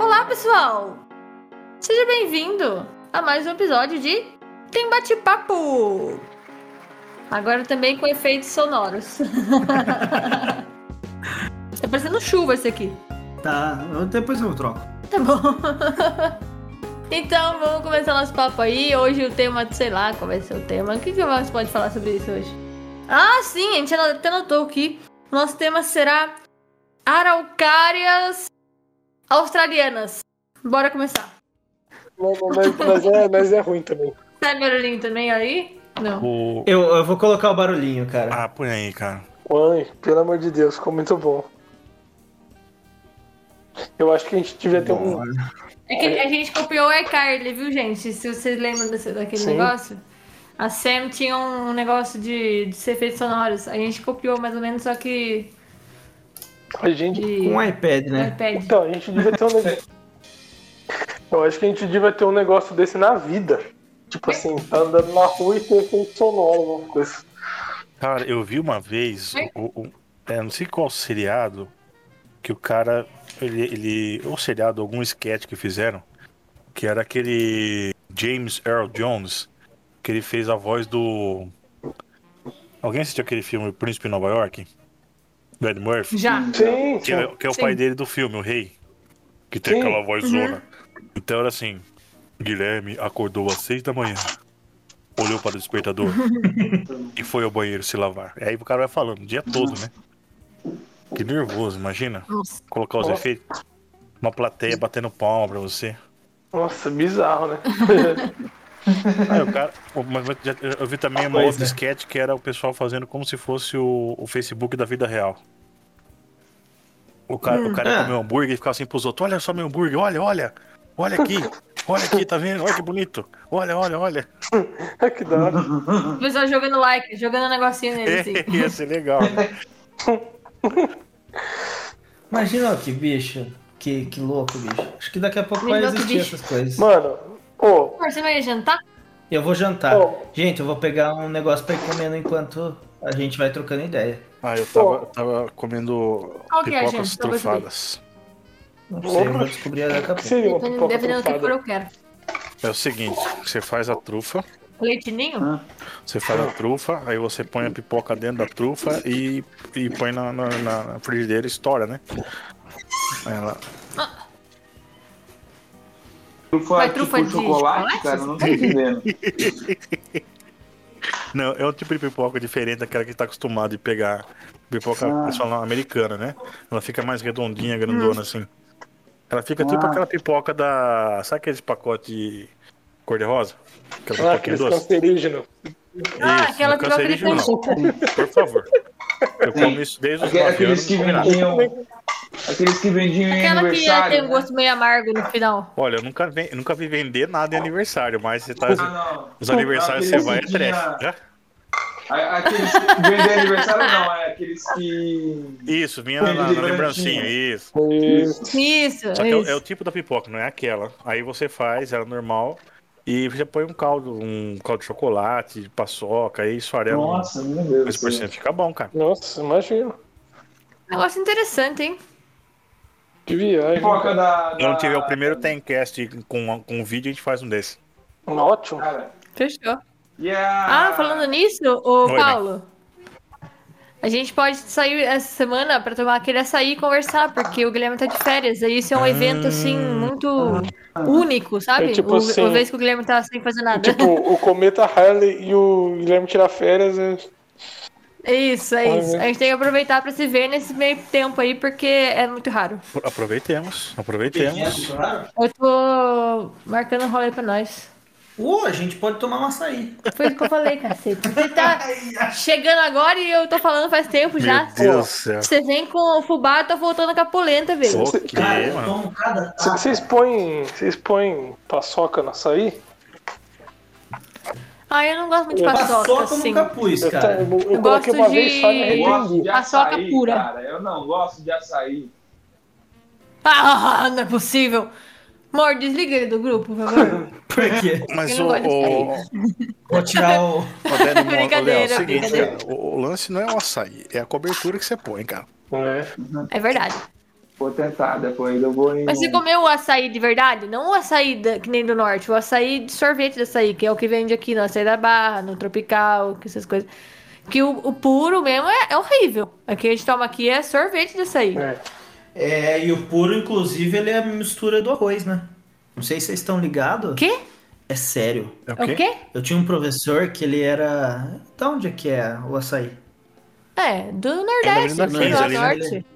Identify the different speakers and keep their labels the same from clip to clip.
Speaker 1: Olá, pessoal! Seja bem-vindo a mais um episódio de Tem Bate-Papo! Agora também com efeitos sonoros. tá parecendo chuva esse aqui.
Speaker 2: Tá, eu- depois eu troco.
Speaker 1: Tá bom. Então, vamos começar nosso papo aí. Hoje o tema, sei lá, qual vai ser o tema. O que, que mais pode falar sobre isso hoje? Ah, sim, a gente até notou aqui. Nosso tema será araucárias australianas. Bora começar.
Speaker 3: Não, não, mas, mas é, mas é ruim também.
Speaker 1: Sai Tá barulhinho também aí? Não.
Speaker 4: O...
Speaker 2: Eu, eu vou colocar o barulhinho, cara.
Speaker 4: Ah, põe aí, cara.
Speaker 3: Mãe, pelo amor de Deus, ficou muito bom. Eu acho que a gente devia ter um.
Speaker 4: né?
Speaker 1: É que a gente copiou o iCarly, viu, gente? Se vocês lembram desse- daquele
Speaker 3: Sim.
Speaker 1: negócio. A Sam tinha um negócio de, de ser efeitos sonoros. A gente copiou mais ou menos, só que
Speaker 3: A gente.
Speaker 1: de
Speaker 2: Um iPad, né?
Speaker 1: iPad.
Speaker 3: Então, a gente devia ter um negócio. Eu acho que a gente devia ter um negócio desse na vida. Tipo assim, tá andando na rua e tem efeito sonoro, alguma coisa.
Speaker 4: Cara, eu vi uma vez,
Speaker 1: Oi?
Speaker 4: o, o- é, não sei qual seriado, que o cara, ele, ele ou seriado, algum sketch que fizeram, que era aquele James Earl Jones, que ele fez a voz do... Alguém assistiu aquele filme Príncipe de Nova York? Do Ed Murphy?
Speaker 1: Já.
Speaker 3: Sim,
Speaker 4: Que é,
Speaker 3: sim.
Speaker 4: que é o
Speaker 1: Sim.
Speaker 4: pai dele do filme, o rei. Que tem
Speaker 3: Sim.
Speaker 4: aquela vozona.
Speaker 3: Uhum.
Speaker 4: Então era assim: Guilherme acordou às seis da manhã, olhou para o despertador e foi ao banheiro se lavar. Aí o cara vai falando o dia todo, né? Que nervoso, imagina.
Speaker 1: Nossa.
Speaker 4: Colocar os
Speaker 3: Ó.
Speaker 4: efeitos. Uma plateia batendo palma pra você.
Speaker 3: Nossa, bizarro, né?
Speaker 4: Aí o cara. Pô, Mas mas já- eu vi também uma
Speaker 2: Pois
Speaker 4: outra
Speaker 2: é.
Speaker 4: sketch que era o pessoal fazendo como se fosse o, o Facebook da vida real. O cara, o cara
Speaker 2: Ah.
Speaker 4: comeu hambúrguer e ficava assim pros outros: olha só meu hambúrguer, olha, olha, olha aqui, olha aqui, tá vendo? Olha que bonito, olha, olha, olha.
Speaker 3: que da hora.
Speaker 1: O pessoal jogando like, jogando um negocinho nele assim.
Speaker 4: Ia ser legal, né?
Speaker 2: Imagina ó, que bicho. Que, que louco, bicho. Acho que daqui a pouco
Speaker 1: Me
Speaker 2: vai
Speaker 1: louco,
Speaker 2: existir
Speaker 1: bicho.
Speaker 2: essas coisas.
Speaker 3: Mano, ô,
Speaker 1: Amor, Você vai jantar?
Speaker 2: Eu vou jantar.
Speaker 3: Ô.
Speaker 2: Gente, eu vou pegar um negócio pra ir comendo enquanto a gente vai trocando ideia.
Speaker 4: Ah, eu
Speaker 3: tava- eu
Speaker 4: comendo
Speaker 1: Qual que é, pipocas gente? Pra você ver. trufadas.
Speaker 2: Não sei, eu
Speaker 3: Opa.
Speaker 2: vou descobrir daqui a
Speaker 3: o que
Speaker 2: pouco.
Speaker 3: seria uma
Speaker 1: Dependendo,
Speaker 3: pipoca Ah,
Speaker 1: dependendo do que for
Speaker 3: trufada?
Speaker 1: eu quero.
Speaker 4: É o seguinte: você faz a trufa,
Speaker 1: Leitinho?
Speaker 4: você faz a trufa, aí você põe a pipoca dentro da trufa e, e põe na, na, na frigideira e estoura, né? Aí Ela,
Speaker 5: Trufa,
Speaker 1: Vai trufa
Speaker 5: tipo
Speaker 1: de
Speaker 5: chocolate,
Speaker 1: chocolate?
Speaker 5: cara, eu não tô entendendo.
Speaker 4: Não, é um tipo de pipoca diferente daquela que tá acostumado de pegar pipoca
Speaker 5: Ah. Hum.
Speaker 4: tradicional americana, né? Ela fica mais redondinha, grandona, assim. Ela fica tipo
Speaker 5: Ah.
Speaker 4: aquela pipoca da. Sabe aqueles pacotes de cor-de-rosa? Aquela
Speaker 3: Ah,
Speaker 4: pipoquinha
Speaker 3: aqueles
Speaker 4: doce?
Speaker 3: cancerígenos.
Speaker 1: Ah, aquela
Speaker 4: não
Speaker 1: pipoca de
Speaker 4: cancerígeno, não, Por favor. Eu como isso desde os
Speaker 5: Aque-
Speaker 4: 9
Speaker 5: Aqueles
Speaker 4: anos.
Speaker 5: que
Speaker 4: não come nada.
Speaker 5: vendiam. Aqueles que vendiam em
Speaker 1: Aquela que ela
Speaker 5: aniversário. né?
Speaker 1: tem um gosto meio amargo no final.
Speaker 4: Olha, eu nunca, ven- eu nunca vi vender nada em aniversário, mas você tá.
Speaker 5: né? Ah,
Speaker 4: Os aniversários você
Speaker 5: Aqueles
Speaker 4: vai é
Speaker 5: que tinha-
Speaker 4: trash. né?
Speaker 5: não. A- Aqueles que vendem aniversário não, é aqueles que.
Speaker 4: Isso, vinha na, na
Speaker 5: Aquele de
Speaker 4: lembrancinha,
Speaker 5: laranjinha.
Speaker 4: isso.
Speaker 3: Isso.
Speaker 1: Isso,
Speaker 4: Só que é, o-
Speaker 1: isso.
Speaker 4: é o tipo da pipoca, não é aquela. Aí você faz ela normal e você põe um caldo, um caldo de chocolate, de paçoca, aí esfarela
Speaker 5: Nossa, meu Deus. do
Speaker 4: uns 2%.
Speaker 5: céu.
Speaker 4: Fica bom, cara.
Speaker 3: Nossa, imagina.
Speaker 1: Negócio interessante, hein?
Speaker 3: Que viagem.
Speaker 5: Pipoca da.
Speaker 4: Quando
Speaker 5: da-
Speaker 4: tiver é o primeiro Timecast com, com vídeo, a gente faz um desse.
Speaker 3: Ótimo.
Speaker 5: Cara.
Speaker 1: Fechou.
Speaker 5: E a.
Speaker 1: Ah, falando nisso, ô
Speaker 3: né?
Speaker 4: Oi,
Speaker 1: Paulo. A gente pode sair essa semana pra tomar aquele açaí e conversar, porque o Guilherme tá de férias. E isso é um evento, assim, muito único, sabe?
Speaker 3: Ah. É tipo
Speaker 1: O-
Speaker 3: assim-
Speaker 1: Uma vez que o Guilherme tá sem fazer nada.
Speaker 3: Tipo, o Cometa Harley e o Guilherme tirar férias. é-
Speaker 1: É isso, é
Speaker 3: Ai,
Speaker 1: isso.
Speaker 3: meu.
Speaker 1: A gente tem que aproveitar pra se ver nesse meio tempo aí, porque é muito raro.
Speaker 4: Apro- Aproveitemos, aproveitemos.
Speaker 1: Eu tô marcando um rolê pra nós.
Speaker 2: Uh, a gente pode tomar um açaí.
Speaker 1: Foi isso que eu falei, cacete. Você tá chegando agora e eu tô falando faz tempo já.
Speaker 4: Meu Deus do céu.
Speaker 1: Você vem com o fubá e tá voltando com a polenta, velho.
Speaker 4: O quê,
Speaker 2: Cara, eu
Speaker 4: mano?
Speaker 2: tomo cada
Speaker 3: Vocês- Vocês põem. Vocês põem paçoca no açaí?
Speaker 1: Ah, eu não gosto muito de paçoca,
Speaker 2: paçoca
Speaker 1: assim.
Speaker 2: no capuz,
Speaker 3: Eu, tá-
Speaker 2: cara.
Speaker 3: eu, eu
Speaker 1: Eu
Speaker 3: coloquei
Speaker 1: gosto
Speaker 3: uma
Speaker 1: de-
Speaker 3: vez só e me
Speaker 5: Eu gosto
Speaker 3: arrependi.
Speaker 5: de
Speaker 1: Paçoca
Speaker 5: açaí,
Speaker 1: pura.
Speaker 5: cara. Eu não gosto de açaí.
Speaker 1: Ah, não é possível. Amor, desliga ele do grupo, por favor.
Speaker 2: Por quê?
Speaker 4: Mas
Speaker 1: Eu
Speaker 4: o,
Speaker 1: não gosto
Speaker 4: o,
Speaker 2: Vou tirar o.
Speaker 4: o Délio Mon- o Léo, é o
Speaker 1: Brincadeira,
Speaker 4: seguinte,
Speaker 1: brincadeira.
Speaker 4: cara, o, o lance não é o açaí, é a cobertura que você põe, cara.
Speaker 3: É.
Speaker 1: É verdade.
Speaker 5: Vou tentar depois, eu vou em.
Speaker 1: Mas você comeu o açaí de verdade? Não o açaí da- que nem do norte, o açaí de sorvete de açaí, que é o que vende aqui no açaí da Barra, no Tropical, que essas coisas. Que o, o puro mesmo é, é horrível. Aqui a gente toma aqui é sorvete de açaí.
Speaker 3: É.
Speaker 2: É, e o puro, inclusive, ele é a mistura do arroz, né? Não sei se vocês estão ligados.
Speaker 1: O quê?
Speaker 2: É sério.
Speaker 4: É
Speaker 1: É o quê?
Speaker 2: Eu tinha um professor que ele era. Da onde é que é o açaí?
Speaker 1: É, do
Speaker 4: ali
Speaker 1: Nordeste,
Speaker 4: na
Speaker 1: do
Speaker 4: Quinze, ali na
Speaker 1: Norte.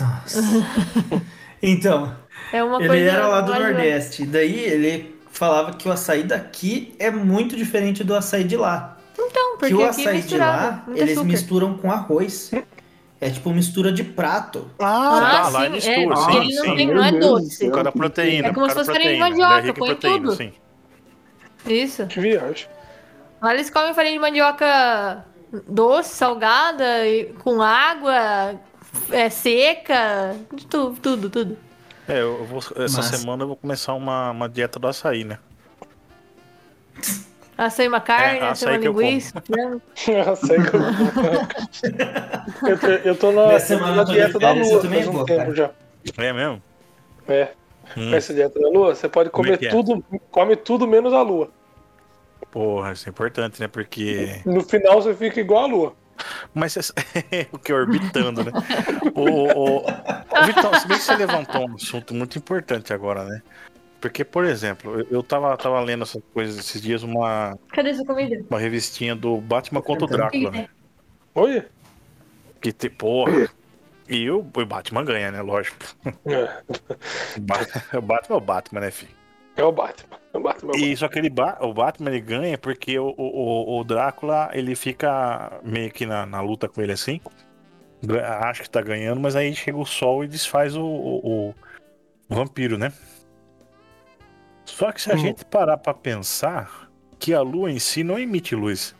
Speaker 2: Nossa. então,
Speaker 1: É uma
Speaker 2: ele
Speaker 1: coisa
Speaker 2: era lá do
Speaker 1: mais ou menos.
Speaker 2: Nordeste. Daí ele falava que o açaí daqui é muito diferente do açaí de lá.
Speaker 1: Então, porque
Speaker 2: que o
Speaker 1: aqui é
Speaker 2: açaí de
Speaker 1: misturado.
Speaker 2: lá,
Speaker 1: Muito
Speaker 2: eles
Speaker 1: açúcar.
Speaker 2: misturam com arroz. É tipo mistura de prato.
Speaker 1: Ah,
Speaker 4: tá, lá
Speaker 1: sim,
Speaker 4: é
Speaker 1: é,
Speaker 4: mistura,
Speaker 1: porque
Speaker 4: sim,
Speaker 1: ele não
Speaker 4: sim.
Speaker 1: tem-
Speaker 3: Meu
Speaker 1: é
Speaker 3: Deus do
Speaker 1: doce.
Speaker 4: Por
Speaker 3: céu,
Speaker 4: causa da
Speaker 3: que-
Speaker 4: proteína.
Speaker 1: É como
Speaker 4: por
Speaker 1: se
Speaker 4: causa
Speaker 1: fosse
Speaker 4: da
Speaker 1: farinha
Speaker 4: proteína.
Speaker 1: de mandioca,
Speaker 4: Ele é rico em
Speaker 1: põe
Speaker 4: proteína,
Speaker 1: tudo.
Speaker 4: sim.
Speaker 1: Isso.
Speaker 3: Que viagem.
Speaker 1: Lá eles comem farinha de mandioca doce, salgada, e com água, é, seca, de tu- tudo, tudo.
Speaker 4: É, eu vou, essa
Speaker 2: Massa.
Speaker 4: semana eu vou começar uma, uma dieta do açaí, né?
Speaker 1: Assei uma carne,
Speaker 4: É,
Speaker 1: assei uma
Speaker 4: açaí que eu como.
Speaker 1: linguiça. frango.
Speaker 3: Sei que eu- eu, tô, eu tô na,
Speaker 2: Minha
Speaker 3: eu tô
Speaker 2: semana
Speaker 3: na
Speaker 2: de
Speaker 3: dieta da
Speaker 2: férias eu
Speaker 3: lua
Speaker 2: também
Speaker 3: faz um
Speaker 2: vou,
Speaker 3: tempo
Speaker 2: cara.
Speaker 3: já.
Speaker 4: É mesmo?
Speaker 3: É,
Speaker 4: Hum,
Speaker 3: essa dieta da lua, você pode
Speaker 4: Como é
Speaker 3: comer
Speaker 4: que é?
Speaker 3: tudo, come tudo menos a lua.
Speaker 4: porra, isso é importante, né? Porque.
Speaker 3: No final você fica igual a lua.
Speaker 4: Mas essa- o que é orbitando, né? o, o, o Vitão, se bem que você levantou um assunto muito importante agora, né? Porque, por exemplo, eu, eu tava, tava lendo essas coisas esses dias, uma,
Speaker 1: Cadê sua comida?
Speaker 4: uma revistinha do Batman contra o Drácula, né?
Speaker 3: Olha.
Speaker 4: Que tipo, porra. E o, o Batman ganha, né? Lógico.
Speaker 3: É,
Speaker 4: O Bat- o Batman é o Batman, né, filho?
Speaker 3: É o Batman. É o Batman. é o
Speaker 4: E só que ele ba- o Batman ele ganha porque o, o, o- o Drácula ele fica meio que na, na luta com ele assim. Gan- Acho que tá ganhando, mas aí chega o sol e desfaz o, o- o- o vampiro, né? Só que se a
Speaker 3: Hum.
Speaker 4: gente parar pra pensar que a lua em si não emite luz,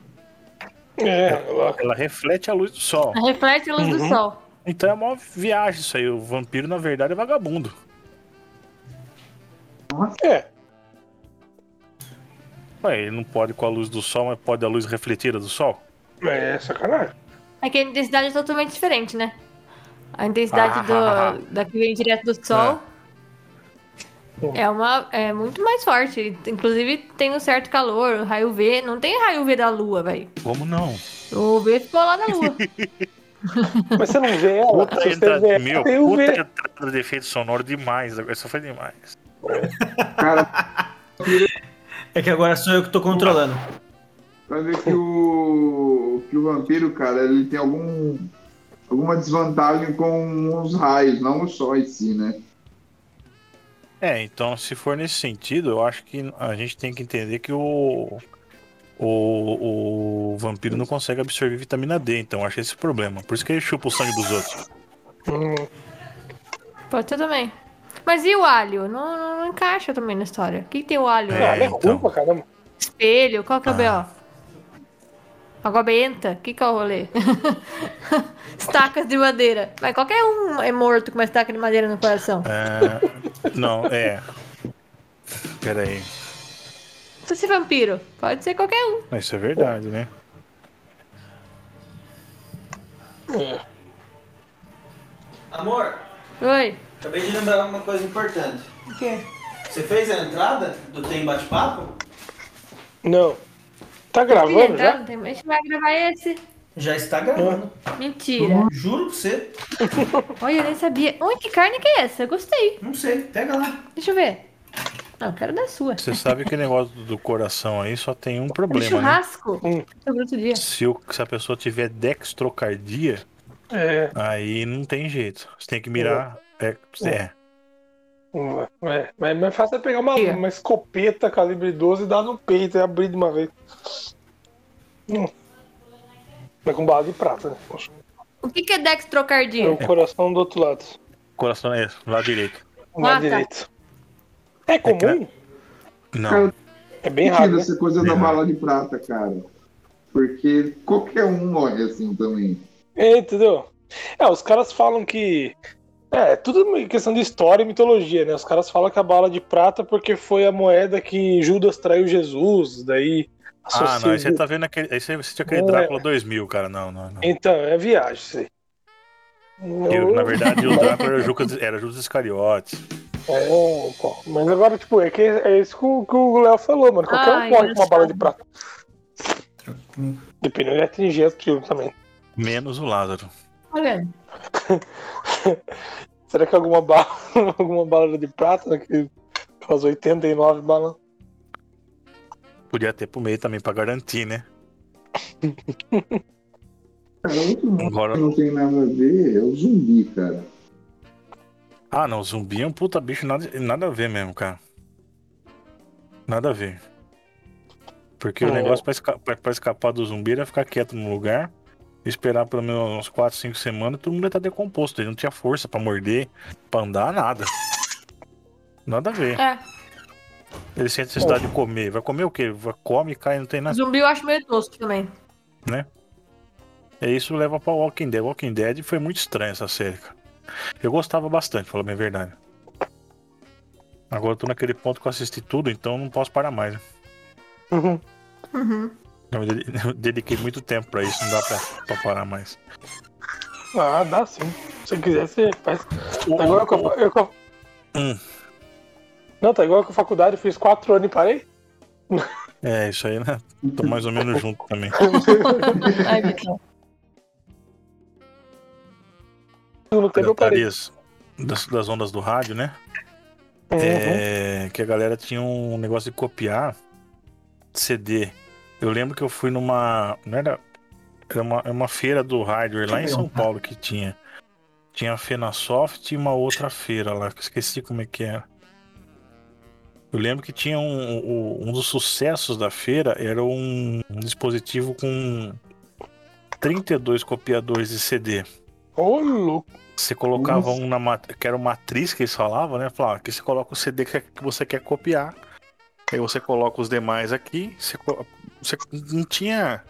Speaker 3: Batman. É, lá.
Speaker 4: ela reflete a luz do
Speaker 1: Ah.
Speaker 4: sol.
Speaker 1: Reflete a luz do
Speaker 3: Uhum.
Speaker 1: sol.
Speaker 4: Então é uma viagem isso aí. O vampiro na verdade é vagabundo.
Speaker 3: É,
Speaker 4: Ué, ele não pode com a luz do sol, mas pode a luz refletida do sol?
Speaker 3: mas é sacanagem.
Speaker 1: É que a intensidade é totalmente diferente, né? A intensidade
Speaker 4: Ah,
Speaker 1: do,
Speaker 4: ah,
Speaker 1: da que vem direto do sol é uma é muito mais forte. Inclusive tem um certo calor, o raio V. Não tem raio V da lua, velho.
Speaker 4: Como não?
Speaker 1: O V ficou lá na lua.
Speaker 3: Mas você não vê ela.
Speaker 4: Puta
Speaker 3: Se você
Speaker 4: entrada,
Speaker 3: vê ela,
Speaker 4: meu,
Speaker 3: tem um o V.
Speaker 4: puta entrada de efeito sonoro demais. Agora só foi demais.
Speaker 5: Cara,
Speaker 2: É que agora sou eu que tô controlando.
Speaker 5: vai ver que o. que o vampiro, cara, ele tem algum. alguma desvantagem com os raios, não o sol em si, né?
Speaker 4: É, então se for nesse sentido, eu acho que a gente tem que entender que o. O, o vampiro não consegue absorver vitamina D, então acho esse o problema. Por isso que ele chupa o sangue dos outros.
Speaker 3: Hum,
Speaker 1: Pode ser também. Mas e o alho? Não, não- não encaixa também na história. O que, que tem o alho?
Speaker 4: É,
Speaker 3: ah, né?
Speaker 4: então.
Speaker 3: Ruim pra caramba.
Speaker 1: Espelho? Qual que é o
Speaker 4: Ah.
Speaker 1: B.O.? Água benta? O que, que é o rolê? Estacas de madeira. Mas qualquer um é morto com uma estaca de madeira no coração.
Speaker 4: É, não, é. Pera aí.
Speaker 1: Se você é vampiro, pode ser qualquer um.
Speaker 4: Mas Isso é verdade, né?
Speaker 3: É.
Speaker 2: Amor,
Speaker 1: Oi.
Speaker 2: acabei de lembrar uma coisa importante.
Speaker 1: O quê?
Speaker 2: Você fez a entrada do Tem Bate-Papo?
Speaker 3: Não. Tá
Speaker 1: Ih, tá,
Speaker 3: gravando já?
Speaker 1: não tem mais. A gente vai gravar esse.
Speaker 2: Já está gravando.
Speaker 1: Mentira.
Speaker 2: Juro pra você.
Speaker 1: Olha, eu nem sabia. Ui, que carne que é essa? Eu gostei.
Speaker 2: Não sei, pega lá.
Speaker 1: Deixa eu ver. Não, eu quero da sua.
Speaker 4: Você sabe que o negócio do coração aí só tem um
Speaker 1: É
Speaker 4: problema, né?
Speaker 1: churrasco.
Speaker 3: Hum.
Speaker 1: Sobre outro dia.
Speaker 4: Se, o- se a pessoa tiver dextrocardia,
Speaker 3: É.
Speaker 4: Aí não tem jeito. Você tem que mirar. É, é.
Speaker 3: hum, é. Mas mas fácil é pegar uma,
Speaker 1: Diga.
Speaker 3: uma escopeta calibre 12 e dar no peito e abrir de uma vez. Hum. Mas com bala de prata, né? Poxa,
Speaker 1: O que, que é
Speaker 3: É
Speaker 1: dextrocardia?
Speaker 3: o coração do outro lado.
Speaker 4: Coração é esse, lado direito.
Speaker 3: Do lado
Speaker 1: Ah, tá.
Speaker 3: direito. É comum?
Speaker 4: Não.
Speaker 3: É bem
Speaker 5: Tira
Speaker 3: raro. né?
Speaker 5: essa coisa da
Speaker 4: Errado.
Speaker 5: bala de prata, cara. Porque qualquer um morre assim também.
Speaker 3: É, entendeu? É, os caras falam que. É, tudo uma questão de história e mitologia, né? Os caras falam que a bala de prata é porque foi a moeda que Judas traiu Jesus, daí
Speaker 4: Ah, não.
Speaker 3: associa.
Speaker 4: Aí você tá vendo aquele. Aí você assistiu aquele
Speaker 3: É.
Speaker 4: Drácula 2000, cara. Não, não, não.
Speaker 3: Então, é viagem isso aí.
Speaker 4: Eu, na verdade, o Drácula era Judas, era Judas Iscariotes.
Speaker 3: É, então. Mas agora, tipo, é, que é isso que o- que o Léo falou, mano. Qualquer
Speaker 1: Ai,
Speaker 3: um morre com uma
Speaker 1: engraçado.
Speaker 3: bala de prata. Dependendo de atingir o tiro também.
Speaker 4: Menos o Lázaro.
Speaker 1: Olha,
Speaker 3: Será que alguma bala, alguma bala de prata, né, naquele- aquelas 89 balas?
Speaker 4: Podia ter pro meio também pra garantir, né?
Speaker 5: Cara, outro mundo
Speaker 4: Agora.
Speaker 5: que não tem nada a ver é o zumbi, cara.
Speaker 4: Ah, não, zumbi é um puta bicho, nada, nada a ver mesmo, cara. Nada a ver. Porque
Speaker 3: É.
Speaker 4: o negócio pra, esca- pra- pra escapar do zumbi era ficar quieto no lugar, esperar pelo menos umas 4, 5 semanas, todo mundo ia estar decomposto. Ele não tinha força pra morder, pra andar, nada. Nada a ver.
Speaker 1: é.
Speaker 4: Ele sente necessidade de comer. Vai comer o quê? Vai, come, cai, não tem nada.
Speaker 1: Zumbi eu acho meio tosco também.
Speaker 4: É isso leva pra Walking Dead. Walking Dead foi muito estranha essa série, cara. Eu gostava bastante, falando bem a verdade. Agora eu tô naquele ponto que eu assisti tudo, então não posso parar mais. né?
Speaker 3: Uhum.
Speaker 1: Uhum.
Speaker 4: Eu me ded- eu dediquei muito tempo pra isso, não dá pra, pra parar mais.
Speaker 3: Ah, dá sim. Se você quiser, você faz. Tá igual eu com a- eu com a-
Speaker 4: Hum.
Speaker 3: Não, tá igual eu com a faculdade, eu fiz 4 anos e parei.
Speaker 4: É, isso aí, né? Tô mais ou menos junto também.
Speaker 1: Ai, Vitor.
Speaker 3: Não teve, eu parei.
Speaker 4: Teorias das, das ondas do rádio, né?
Speaker 3: Uhum.
Speaker 4: É, que a galera tinha um negócio de copiar CD. Eu lembro que eu fui numa. Não era. Era uma, era uma feira do hardware lá em São Paulo que tinha. Tinha a Fenasoft e uma outra feira lá, que eu esqueci como é que era. Eu lembro que tinha um, um, um dos sucessos da feira era um, um dispositivo com 32 copiadores de CD.
Speaker 3: Ô, louco.
Speaker 4: Você colocava
Speaker 5: Nossa.
Speaker 4: um na mat- que era uma matriz que eles falavam, né? Falava que você coloca o CD que que você quer copiar. Aí você coloca os demais aqui. Você, co- você não tinha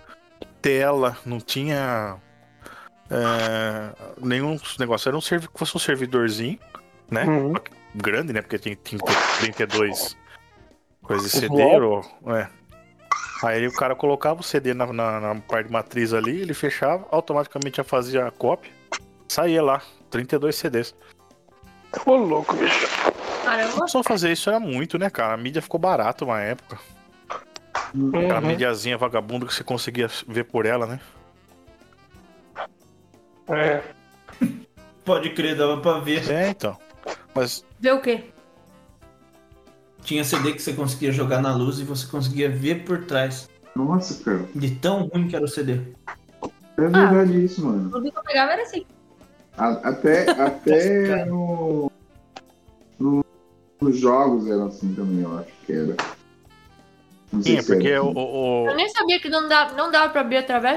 Speaker 4: tela, não tinha é, nenhum negócio. Era um servi... que fosse um servidorzinho É.
Speaker 3: Uhum.
Speaker 4: grande, né? Porque tinha, tinha 32 coisas de CD.
Speaker 3: Bloco.
Speaker 4: Ou... É. Aí o cara colocava o CD na, na- na parte de matriz ali, ele fechava, automaticamente já fazia a cópia, saía lá, 32 CDs.
Speaker 3: Ô, louco, bicho.
Speaker 1: Caramba.
Speaker 4: Só fazer isso era muito, né, cara? A mídia ficou barata uma época. Aquela
Speaker 3: Uhum.
Speaker 4: mídiazinha vagabunda que você conseguia ver por ela, né?
Speaker 3: É.
Speaker 2: Pode crer, dava pra ver.
Speaker 4: É, então. Mas
Speaker 1: Vê o quê?
Speaker 2: Tinha CD que você conseguia jogar na luz e você conseguia ver por trás.
Speaker 5: Nossa, cara.
Speaker 2: De tão ruim que era o CD.
Speaker 5: É verdade isso, mano.
Speaker 1: Tudo que eu pegava era assim.
Speaker 5: A- até até no, no- nos jogos era assim também, eu acho que era. Não sei
Speaker 4: tinha,
Speaker 5: se era
Speaker 4: porque o,
Speaker 5: assim.
Speaker 4: o- o-
Speaker 1: Eu nem sabia que não dava, não dava pra abrir através.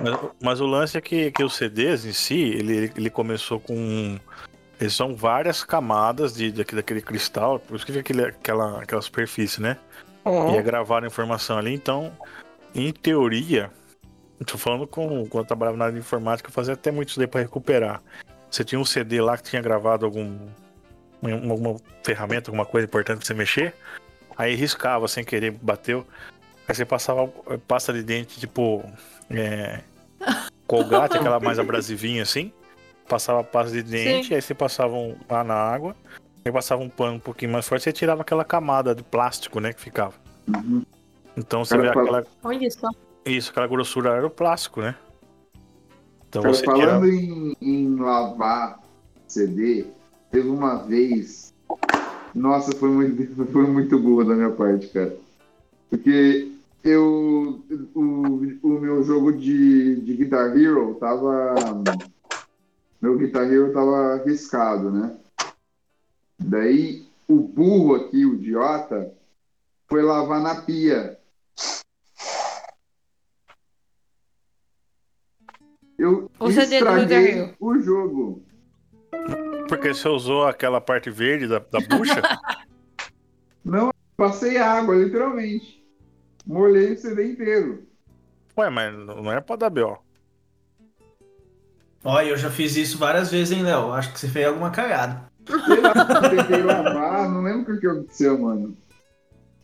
Speaker 4: Mas, mas o lance é que, que os CDs em si, ele, ele- ele começou com. Eles são várias camadas de, daqui- daquele cristal, por isso que fica aquele- aquela, aquela superfície, né? E é
Speaker 3: Uhum.
Speaker 4: gravar a informação ali. Então, em teoria, tô falando com. Quando eu trabalhava na área de informática, eu fazia até muito isso daí pra recuperar. Você tinha um CD lá que tinha gravado algum. um- alguma ferramenta, alguma coisa importante pra você mexer. Aí riscava sem querer, bateu. Aí você passava eh, pasta de dente, tipo. É, colgate, aquela mais abrasivinha assim. Passava pasta de dente, aí você passava um, lá na água. Aí passava um pano um pouquinho mais forte, você tirava aquela camada de plástico, né, que ficava.
Speaker 5: Uhum.
Speaker 4: Então você
Speaker 5: Cara,
Speaker 4: vê
Speaker 5: fala-
Speaker 4: aquela,
Speaker 1: Olha só.
Speaker 4: isso, aquela grossura era o plástico, né? Então
Speaker 5: Cara,
Speaker 4: você tira.
Speaker 5: falando em, em lavar CD, teve uma vez. Nossa, foi muito, foi muito burro da minha parte, cara. Porque eu. O, o meu jogo de, de Guitar Hero tava. Meu Guitar Hero tava arriscado, né? Daí o burro aqui, o idiota, foi lavar na pia. Eu
Speaker 1: O CD do Guitar Hero.
Speaker 5: estraguei o jogo.
Speaker 4: Porque você usou aquela parte verde da, da bucha,
Speaker 5: Não, passei água, literalmente. Molhei o CD inteiro.
Speaker 4: ué, mas não é pra dar B.O.
Speaker 2: Olha, eu já fiz isso várias vezes, hein, Léo? Acho que você fez alguma cagada.
Speaker 5: Sei lá, tentei lavar, não lembro o que aconteceu, mano.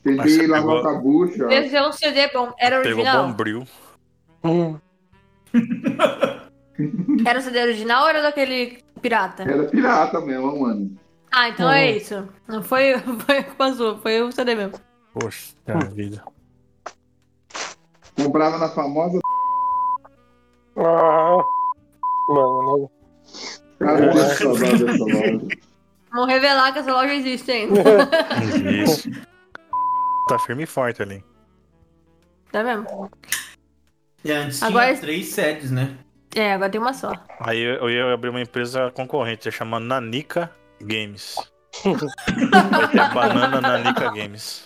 Speaker 4: Mas
Speaker 5: Tentei
Speaker 4: você
Speaker 5: lavar
Speaker 4: pegou-
Speaker 5: com a bucha.
Speaker 1: é Deve ser um CD bom. Era
Speaker 4: Pegou
Speaker 3: Hum.
Speaker 1: original.
Speaker 4: bombril.
Speaker 3: Uhum.
Speaker 1: Era o CD original ou era daquele pirata?
Speaker 5: Era pirata mesmo, mano.
Speaker 1: Ah, então é isso. Não foi, foi culpa sua, foi o CD mesmo.
Speaker 4: Poxa vida.
Speaker 5: Comprava na famosa.
Speaker 3: Ah, mano,
Speaker 5: Cara, eu tenho saudade dessa loja.
Speaker 1: Vamos revelar que essa loja existe ainda.
Speaker 4: Isso. Tá firme e forte ali.
Speaker 1: Tá mesmo?
Speaker 2: E antes
Speaker 1: Agora-
Speaker 2: tinha três sedes, né?
Speaker 1: É, agora tem uma só.
Speaker 4: Aí eu eu ia abrir uma empresa concorrente, ia chamar Nanica Games. Vai ter banana Nanica Games.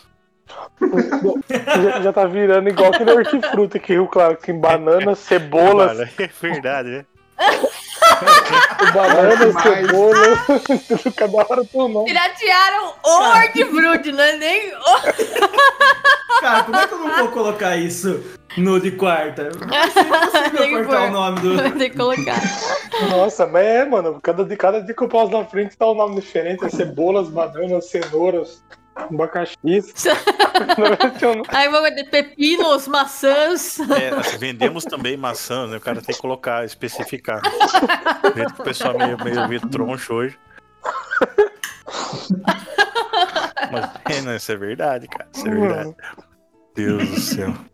Speaker 3: não. já, já tá virando igual aquele hortifruti que Rio Claro, que tem assim, banana, cebolas,
Speaker 4: Olha, É verdade, né?
Speaker 3: banana,
Speaker 5: Mas-
Speaker 3: cebola, tudo cada hora tu não.
Speaker 1: Piratearam o Hortifruti, não é nem o
Speaker 2: Cara, como é que eu não vou colocar isso no de quarta? Eu
Speaker 1: Tem que
Speaker 2: vou cortar
Speaker 1: pôr.
Speaker 2: o nome do.
Speaker 1: Tem que colocar.
Speaker 3: Nossa, mas é, mano, cada, de- cada dia que eu passo na frente tá um nome diferente, é cebolas, bananas, cenouras, abacaxis.
Speaker 1: Aí vamos ter pepinos, maçãs.
Speaker 4: É, assim, vendemos também maçãs, né? O cara tem que colocar, especificar. Do jeito que o pessoal é meio, meio, meio troncho hoje. Mas, é, não, isso é verdade, cara. Isso é verdade. Deus do céu.
Speaker 5: Como é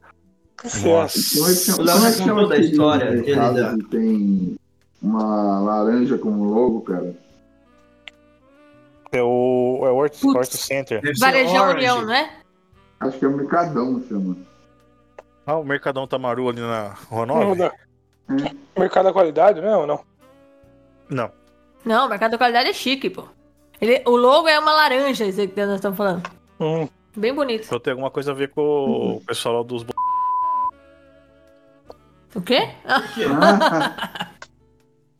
Speaker 5: que chama-
Speaker 4: Nossa.
Speaker 2: O Léo
Speaker 5: como é
Speaker 2: já
Speaker 5: que chama
Speaker 2: contou da
Speaker 5: aquele
Speaker 2: história dele,
Speaker 5: mercado
Speaker 2: da-
Speaker 5: que tem uma laranja como logo, cara?
Speaker 4: É o, é o Hort,
Speaker 1: Putz.
Speaker 4: Horto Center.
Speaker 2: Deve ser
Speaker 1: Varejão
Speaker 2: Orange.
Speaker 1: União, né?
Speaker 5: Acho que é Mercadão, chama.
Speaker 4: Ah, o Mercadão Tamaru ali na Rua
Speaker 3: Não,
Speaker 4: 9?
Speaker 3: não. Hum, Mercado da qualidade mesmo, não?
Speaker 4: Não.
Speaker 1: Não, o mercado da qualidade é chique, pô. Ele, o logo é uma laranja, isso aí que nós estamos falando.
Speaker 3: Hum,
Speaker 1: Bem bonito.
Speaker 4: Então tem alguma coisa a ver com o pessoal lá dos. bo-
Speaker 1: O quê? Ah,
Speaker 5: Ah,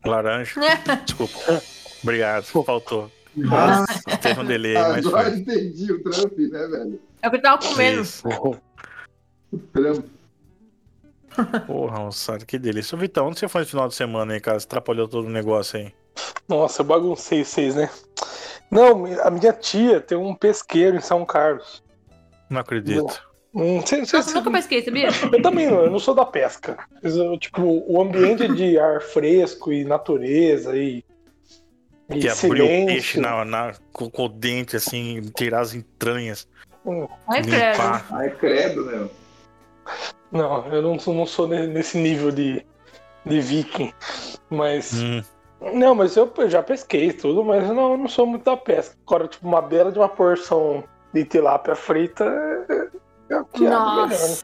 Speaker 4: Laranja.
Speaker 1: né?
Speaker 4: Desculpa. Obrigado. Faltou.
Speaker 5: ah, Tá
Speaker 4: Teve um delay, mas.
Speaker 5: agora
Speaker 4: Foi.
Speaker 5: entendi o Trump, né, velho?
Speaker 1: É o que eu tava comendo.
Speaker 4: Isso.
Speaker 5: Trump.
Speaker 4: Porra, moçada, que delícia. Ô, Vitão, onde você foi no final de semana, hein, cara? Você atrapalhou todo o negócio aí.
Speaker 3: Nossa, eu baguncei vocês, né? Não, a minha tia tem um pesqueiro em São Carlos.
Speaker 4: Não acredito.
Speaker 3: Hum, cê- cê-
Speaker 1: Nossa, eu
Speaker 3: cê-
Speaker 1: nunca pesquei, sabia?
Speaker 3: Eu também não, eu não sou da pesca. Mas eu, tipo, o ambiente de ar fresco e natureza e. e
Speaker 4: que abriu o
Speaker 3: silêncio.
Speaker 4: peixe né? na, na- com, com o dente, assim, tirar as entranhas.
Speaker 1: Ai, credo.
Speaker 4: limpar.
Speaker 5: Ai, Ah, é credo, né? meu.
Speaker 3: Não, eu não sou, não sou ne- nesse nível de, de viking. Mas.
Speaker 4: Hum,
Speaker 3: Não, mas eu eu já pesquei e tudo, mas eu não, eu não sou muito da pesca. Agora, tipo, uma bela de uma porção de tilápia frita é- é o que é melhor. né?
Speaker 1: Nossa.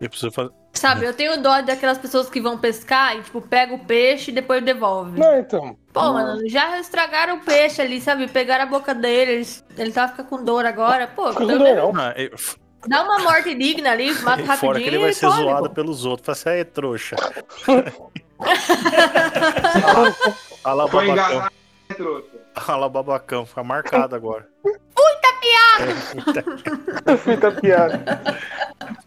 Speaker 4: eu preciso fazer.
Speaker 1: Sabe, eu tenho dó daquelas pessoas que vão pescar e, tipo, pega o peixe e depois devolve.
Speaker 3: Não, então.
Speaker 1: Pô, mano, já estragaram o peixe ali, sabe? Pegaram a boca dele, eles- ele tá ficando com dor agora. Pô,
Speaker 3: Fica com
Speaker 1: pelo
Speaker 3: dor,
Speaker 1: menos
Speaker 3: não. é
Speaker 4: Ah, e- f-
Speaker 1: dá uma morte digna ali, mata
Speaker 4: e fora
Speaker 1: Tá rapidinho
Speaker 4: que ele vai
Speaker 1: e
Speaker 4: ser
Speaker 1: come,
Speaker 4: zoado
Speaker 1: pô.
Speaker 4: pelos outros. Fala assim, aí, trouxa. Olha lá o
Speaker 5: Foi
Speaker 4: babacão.
Speaker 5: enganado, né, trouxa?
Speaker 4: Olha lá o babacão. Fica marcado agora. É,
Speaker 3: Frita piada.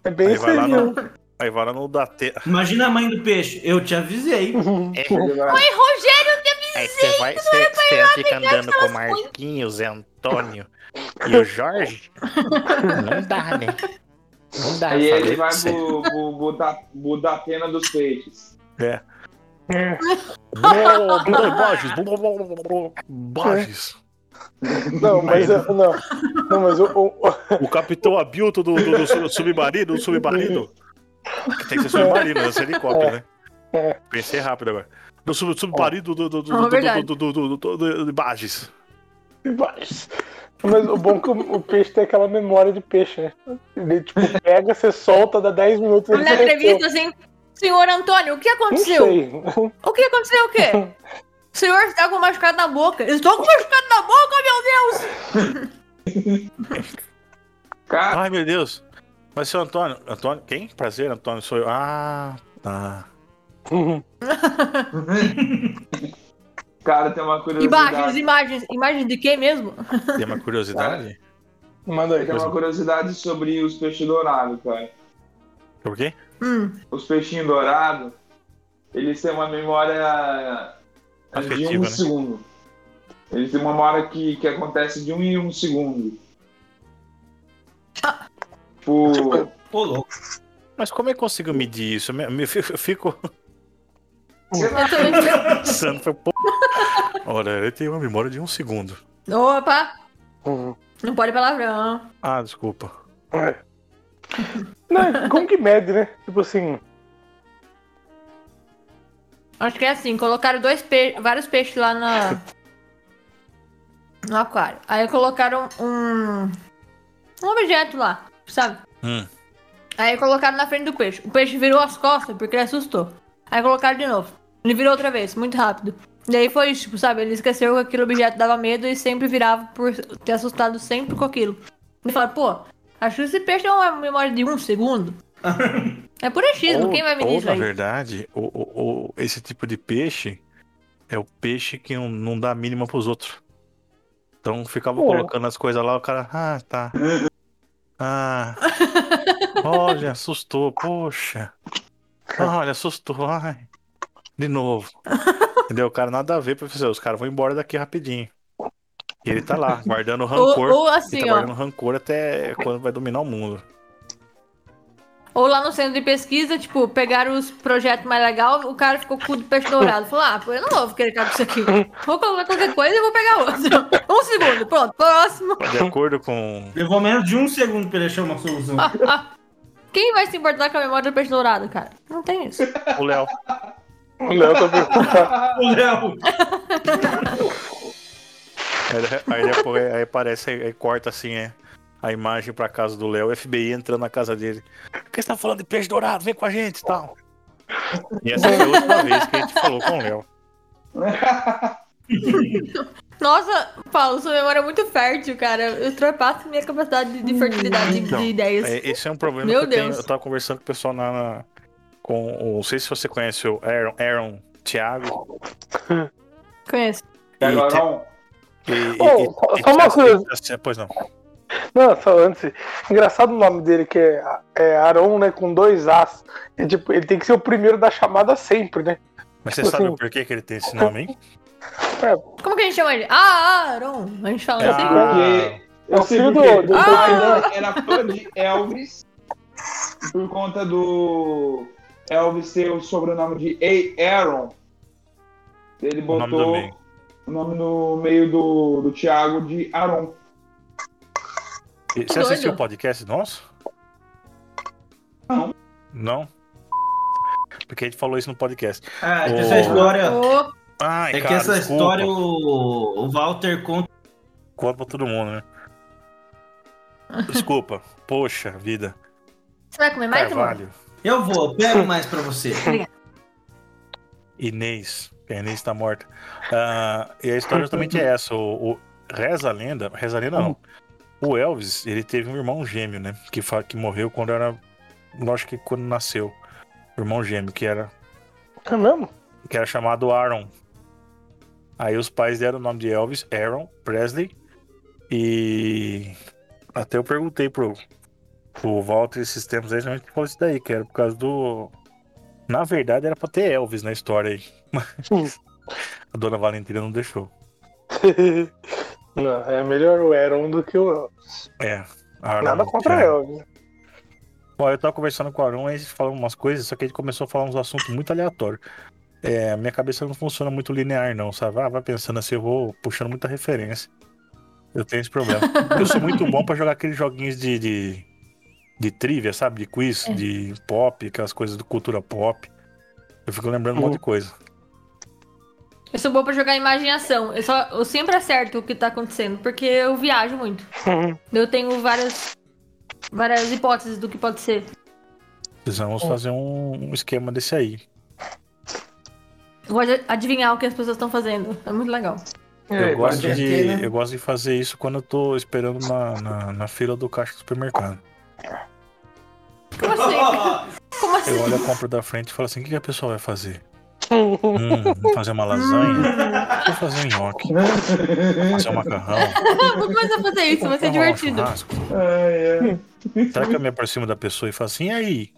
Speaker 3: É bem
Speaker 4: Aí
Speaker 3: isso
Speaker 4: vai lá
Speaker 3: aí.
Speaker 4: no.
Speaker 3: mesmo.
Speaker 4: Aí vai lá no Datê.
Speaker 2: Imagina a mãe do peixe. Eu te avisei.
Speaker 4: é,
Speaker 5: Ele vai-
Speaker 1: Ei, Rogério, tem
Speaker 4: Aí você É, vai, você, você fica andando com o Marquinhos, Zé Antônio e o Jorge? Não dá, né? Não dá.
Speaker 5: Aí
Speaker 4: falei
Speaker 5: ele
Speaker 4: pra
Speaker 5: vai
Speaker 4: você.
Speaker 5: pro, pro, pro, da, pro da pena dos peixes.
Speaker 4: É.
Speaker 3: É.
Speaker 4: Borges, Borges.
Speaker 3: Não, mas eu, não. Não, mas eu, eu-
Speaker 4: O capitão Abilto do, do, do su- submarino, do submarino. Que tem que ser submarino, não é helicóptero, né?
Speaker 3: É.
Speaker 4: Pensei rápido agora. Do sub, submarino do, do, do,
Speaker 1: Ah,
Speaker 4: do,
Speaker 1: verdade.
Speaker 4: do, do, do, do, do, do- de Borges.
Speaker 3: mas, mas o bom é que o, o peixe tem aquela memória de peixe, né? Ele tipo, pega, você solta, dá 10 minutos. ele
Speaker 1: na
Speaker 3: derreteu.
Speaker 1: entrevista assim, senhor Antônio, o que
Speaker 3: Não
Speaker 1: aconteceu?
Speaker 3: sei.
Speaker 1: O que aconteceu o quê? O senhor está com machucado na boca. Estou com machucado na boca, meu Deus!
Speaker 5: Cara,
Speaker 4: Ai, meu Deus. Mas seu Antônio. Antônio, quem? Prazer, Antônio, sou eu. Ah, tá.
Speaker 3: Uhum.
Speaker 5: cara, tem uma curiosidade.
Speaker 1: Imagens, imagens. Imagens de quem mesmo?
Speaker 4: Tem uma curiosidade?
Speaker 3: Manda aí.
Speaker 5: Tem uma curiosidade sobre os peixes dourados, cara.
Speaker 4: Por quê?
Speaker 1: Hum.
Speaker 5: Os peixinhos dourados, eles têm uma memória de um
Speaker 4: Afetiva, né?
Speaker 5: segundo. Eles têm uma memória que, que acontece de um em um segundo. Tipo,
Speaker 2: Ô, louco.
Speaker 4: Mas como é que eu consigo medir isso? Eu me- me- Eu fico.
Speaker 5: Sei lá,
Speaker 1: Eu também sei.
Speaker 4: Pensando, foi, pô. Olha, eu tenho uma memória de um segundo.
Speaker 1: Opa!
Speaker 3: Uhum.
Speaker 1: Não pode palavrão.
Speaker 4: Ah, desculpa.
Speaker 3: É. Não, como que mede, né? Tipo assim,
Speaker 1: Acho que é assim, colocaram dois pe... vários peixes lá na... no aquário. Aí colocaram um... um objeto lá, sabe?
Speaker 4: Hum.
Speaker 1: Aí colocaram na frente do peixe. O peixe virou as costas porque ele assustou. Aí colocaram de novo. Ele virou outra vez, muito rápido. E aí foi isso, tipo, sabe? Ele esqueceu que aquele objeto dava medo e sempre virava por ter assustado sempre com aquilo. Ele fala, pô, acho que esse peixe é uma memória de um segundo. é por achismo,
Speaker 4: ou,
Speaker 1: quem vai medir
Speaker 4: ou,
Speaker 1: isso
Speaker 4: na
Speaker 1: aí?
Speaker 4: verdade, o- o- o- esse tipo de peixe é o peixe que não, não dá a mínima pros outros. Então ficava
Speaker 3: Pô.
Speaker 4: colocando as coisas lá, o cara, ah, tá. Ah. Olha, assustou, poxa. Ah, Olha, assustou, ai. De novo. Entendeu? O cara nada a ver, professor. Os caras vão embora daqui rapidinho. E ele tá lá, guardando
Speaker 1: Ou,
Speaker 4: rancor.
Speaker 1: ou
Speaker 4: ele
Speaker 1: assim,
Speaker 4: tá
Speaker 1: ó.
Speaker 4: guardando rancor até quando vai dominar o mundo.
Speaker 1: Ou lá no centro de pesquisa, tipo, pegaram os projetos mais legais, o cara ficou com o do peixe dourado. Falou, ah, pô, eu não vou querer ficar com isso aqui. Vou colocar qualquer coisa e vou pegar outro. Um segundo, pronto, próximo.
Speaker 4: De acordo com.
Speaker 2: Levou menos de um segundo pra ele achar uma solução.
Speaker 1: Quem vai se importar com a memória do peixe dourado, cara? Não tem isso.
Speaker 4: O Léo.
Speaker 3: o Léo tá perguntando.
Speaker 2: O Léo.
Speaker 4: Aí- Aí, depois, é aí aparece, aí, aí corta assim, é, a imagem pra casa do Léo, o FBI entrando na casa dele. Por que você tá falando de peixe dourado? Vem com a gente e tal. E essa foi a última vez que a gente falou com o Léo.
Speaker 1: Nossa, Paulo, sua memória é muito fértil, cara. Eu ultrapasso minha capacidade de- de fertilidade de-
Speaker 4: Então,
Speaker 1: de ideias.
Speaker 4: É, Esse é um problema
Speaker 1: Meu
Speaker 4: que eu tenho.
Speaker 1: Deus.
Speaker 4: Eu tava conversando com o pessoal na. na- com o- não sei se você conhece o Aaron, Aaron Thiago.
Speaker 1: Conheço.
Speaker 5: e agora um. não.
Speaker 4: E, e-
Speaker 3: Oh, só- só uma coisa.
Speaker 4: e- Pois não.
Speaker 3: Não, só antes. Engraçado o nome dele, que é, é Aron, né? Com dois As. É, tipo, ele tem que ser o primeiro da chamada sempre, né?
Speaker 4: Mas você
Speaker 3: Tipo
Speaker 4: sabe
Speaker 3: assim.
Speaker 4: o porquê que ele tem esse nome, hein?
Speaker 1: Como que a gente chama ele? Ah, Aaron. A gente fala assim.
Speaker 4: Ah.
Speaker 5: Porque
Speaker 3: É o
Speaker 5: eu sei
Speaker 3: filho do.
Speaker 5: porque
Speaker 3: do- do-
Speaker 5: o
Speaker 1: Ah!
Speaker 5: pai dela era fã de Elvis por conta do Elvis ter o sobrenome de A. Aaron. Ele
Speaker 4: O nome do
Speaker 5: botou
Speaker 4: meio.
Speaker 5: o nome no meio do, do Thiago de Aaron.
Speaker 4: E- Você
Speaker 1: Doido.
Speaker 4: assistiu o podcast nosso?
Speaker 5: Não.
Speaker 4: Não? Porque a gente falou isso no podcast.
Speaker 2: Ah, é que
Speaker 4: Oh.
Speaker 2: essa história.
Speaker 1: Ô,
Speaker 4: Ai,
Speaker 2: É que
Speaker 4: cara,
Speaker 2: essa
Speaker 4: desculpa.
Speaker 2: história o, o Walter conta.
Speaker 4: Conta pra todo mundo, né? Desculpa. Poxa vida.
Speaker 1: você vai comer
Speaker 4: É,
Speaker 1: mais, amor?
Speaker 4: Carvalho.
Speaker 2: Eu vou, pego mais pra você.
Speaker 4: Inês. que A Inês tá morta. Ah, e a história justamente é essa. O, o- Reza a lenda. Reza a lenda não. O Elvis, ele teve um irmão gêmeo, né? Que, fa- que morreu quando era. Lógico que quando nasceu. O irmão gêmeo, que era,
Speaker 3: É mesmo?
Speaker 4: que era chamado Aaron. Aí os pais deram o nome de Elvis, Aaron, Presley. E até eu perguntei pro, pro Walter esses tempos aí, justamente falou isso daí, que era por causa do. Na verdade era pra ter Elvis na história aí. Mas a dona Valentina não deixou.
Speaker 3: Não, é melhor o Aron do que o Elvis.
Speaker 4: É. Aaron,
Speaker 3: Nada contra né?
Speaker 4: é.
Speaker 3: Elvis.
Speaker 4: Bom, eu tava conversando com o Aaron, aí eles falaram umas coisas, só que ele começou a falar uns assuntos muito aleatórios. É, minha cabeça não funciona muito linear, não, sabe? Ah, vai pensando assim, eu vou puxando muita referência. Eu tenho esse problema. eu sou muito bom pra jogar aqueles joguinhos de, de, de trivia, sabe? De quiz,
Speaker 1: É.
Speaker 4: de pop, aquelas coisas de cultura pop. Eu fico lembrando um monte de coisa.
Speaker 1: Eu sou boa pra jogar imaginação. Eu, só, eu sempre acerto o que tá acontecendo, porque eu viajo muito. Eu tenho várias, várias hipóteses do que pode ser.
Speaker 4: Precisamos
Speaker 2: É.
Speaker 4: fazer um, um esquema desse aí.
Speaker 1: Eu gosto de adivinhar o que as pessoas estão fazendo. É muito legal.
Speaker 4: Eu gosto,
Speaker 2: pode
Speaker 4: de,
Speaker 2: ter, né?
Speaker 4: eu gosto de fazer isso quando eu tô esperando na, na, na fila do caixa do supermercado.
Speaker 1: Como assim? Como assim?
Speaker 4: Eu olho a compra da frente e falo assim: o que, que a pessoa vai fazer? Hum, vou fazer uma lasanha? Vou fazer um nhoque? Vou fazer um macarrão?
Speaker 1: Vou começar a fazer isso, vai ser
Speaker 4: Vou arrumar um
Speaker 1: divertido.
Speaker 4: churrasco?
Speaker 5: Ai, é. ai.
Speaker 4: Será que eu me aproximo da pessoa e falo assim: e aí?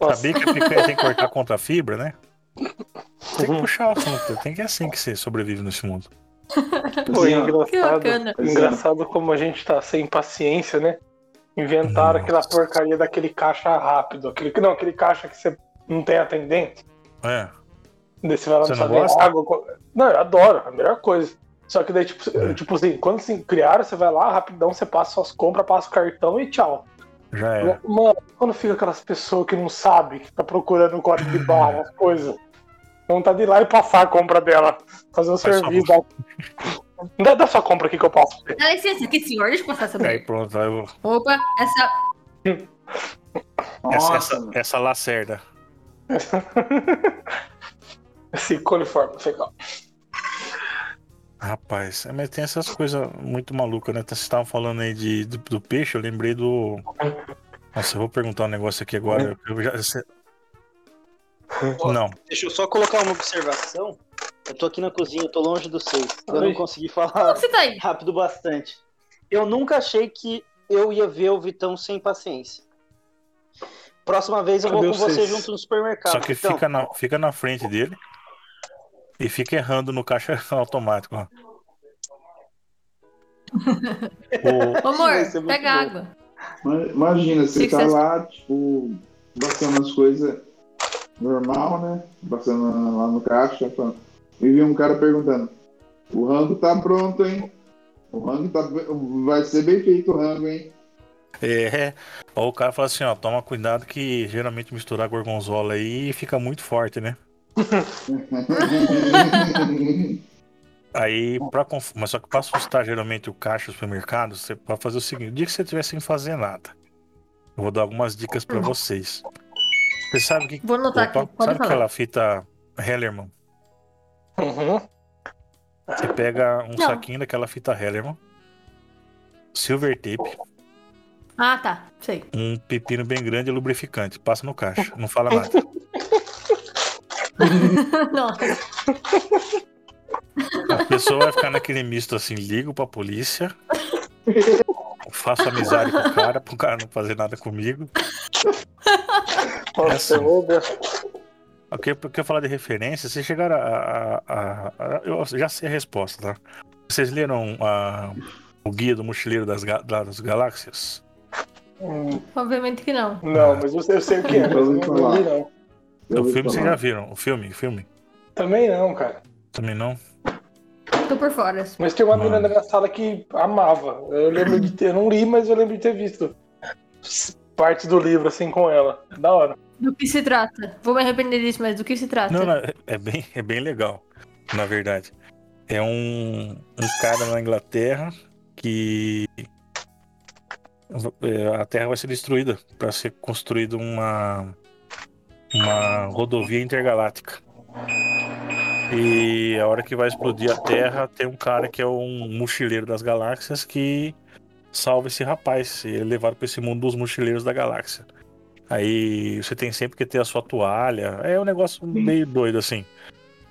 Speaker 3: Nossa,
Speaker 4: Sabia que a picanha tem que cortar contra a fibra, né? Tem
Speaker 5: Uhum.
Speaker 4: que puxar o assunto. Tem que é assim que você sobrevive nesse mundo.
Speaker 3: foi
Speaker 5: Assim,
Speaker 4: tá
Speaker 5: ó.
Speaker 1: Que
Speaker 3: engraçado.
Speaker 1: bacana.
Speaker 4: é.
Speaker 3: Engraçado como a gente tá sem paciência, né? Inventaram aquela
Speaker 4: Nossa.
Speaker 3: porcaria daquele caixa rápido. Aquele, não, aquele caixa que você não tem atendente.
Speaker 4: É.
Speaker 3: Daí você vai lá
Speaker 4: Você
Speaker 3: no
Speaker 4: não
Speaker 3: saber
Speaker 4: gosta?
Speaker 3: água. co- Não, eu adoro, é a melhor coisa. Só que daí, tipo,
Speaker 4: É.
Speaker 3: eu- tipo assim, quando se criaram, você vai lá, rapidão, você passa suas compras, passa o cartão e tchau.
Speaker 4: Já era.
Speaker 3: Mano, quando fica aquelas pessoas que não sabem, que tá procurando o código de barra, as coisas. Vontade de ir lá e passar a compra dela. Fazer o
Speaker 4: Faz
Speaker 3: serviço. Dá, dá sua compra aqui que eu passo. pra você.
Speaker 1: Dá licença aqui, senhor. Deixa eu passar essa
Speaker 4: Aí
Speaker 1: merda.
Speaker 4: pronto, aí eu-
Speaker 1: Opa, essa.
Speaker 4: essa,
Speaker 5: Nossa,
Speaker 4: essa, essa lacerda.
Speaker 3: Esse coliforme fecal.
Speaker 4: Rapaz, é, mas tem essas coisas muito malucas, né? Vocês estavam falando aí de, do, do peixe, eu lembrei do. Nossa, eu vou perguntar um negócio aqui agora. Eu já- você- Não,
Speaker 6: Deixa eu só colocar uma observação. Eu tô aqui na cozinha, eu tô longe do seis. Eu
Speaker 3: Oi.
Speaker 6: não consegui
Speaker 1: Como
Speaker 6: falar
Speaker 1: que você tá aí?
Speaker 6: rápido bastante. Eu nunca achei que eu ia ver o Vitão sem paciência. Próxima vez eu vou
Speaker 3: Cadê
Speaker 6: com
Speaker 3: o
Speaker 6: você
Speaker 3: seis?
Speaker 6: junto no supermercado.
Speaker 4: só que
Speaker 2: então
Speaker 6: Vitão.
Speaker 4: fica na, fica na frente dele e fica errando no caixa automático. ó. O-
Speaker 1: Ô, amor,
Speaker 3: Vai ser muito
Speaker 1: pega
Speaker 3: bom.
Speaker 1: água.
Speaker 5: ma- imagina, você
Speaker 1: Tinha que
Speaker 5: tá
Speaker 1: ser-
Speaker 5: lá, tipo, passando as coisas normal, né? Passando lá no caixa, falando- e vi um cara perguntando, o rango tá pronto, hein? O rango tá... vai ser bem feito o rango, hein?
Speaker 4: É, ou o cara fala assim, ó, toma cuidado que geralmente misturar gorgonzola aí fica muito forte, né? Aí, pra conf... mas só que pra assustar geralmente o caixa do supermercado, você pode fazer o seguinte: o dia que você estiver sem fazer nada, eu vou dar algumas dicas pra vocês. Você sabe que.
Speaker 1: Vou anotar
Speaker 4: Opa,
Speaker 1: aqui. Pode
Speaker 4: sabe
Speaker 1: falar.
Speaker 4: aquela fita Hellerman?
Speaker 3: Uhum.
Speaker 4: Você pega um
Speaker 1: Não.
Speaker 4: saquinho daquela fita Hellerman, silver tape,
Speaker 1: Ah, tá. Sei.
Speaker 4: um pepino bem grande e lubrificante. Passa no caixa, não fala nada.
Speaker 1: Nossa.
Speaker 4: A pessoa vai ficar naquele misto assim, ligo pra polícia, faço amizade com o cara, pro cara não fazer nada comigo.
Speaker 3: Nossa,
Speaker 4: Essa-
Speaker 3: meu Deus.
Speaker 4: Porque, porque eu falar de referência, vocês chegaram a, a- a- a- Eu já sei a resposta, tá? Vocês leram a- o Guia do Mochileiro das, Ga- das Galáxias?
Speaker 3: Hum,
Speaker 1: Obviamente que não.
Speaker 3: Não, mas eu sei, eu sei o que é, mas eu não, não vi, não.
Speaker 4: o filme vocês já viram? O filme? O filme?
Speaker 3: Também não, cara.
Speaker 4: Também não?
Speaker 1: Tô por fora.
Speaker 3: Mas tem uma
Speaker 4: Mano.
Speaker 3: menina da minha sala que amava. Eu lembro de ter, eu não li, mas eu lembro de ter visto parte do livro assim com ela. Da hora.
Speaker 1: Do que se trata? Vou me arrepender disso, mas do que se trata?
Speaker 4: Não, não, é- é bem, é bem legal, na verdade. É um, um cara na Inglaterra que. é, A Terra vai ser destruída para ser construída uma, uma rodovia intergaláctica. E a hora que vai explodir a Terra, tem um cara que é um mochileiro das galáxias que salva esse rapaz. E ele é levado para esse mundo dos mochileiros da galáxia. Aí você tem sempre que ter a sua toalha. É um negócio meio doido assim.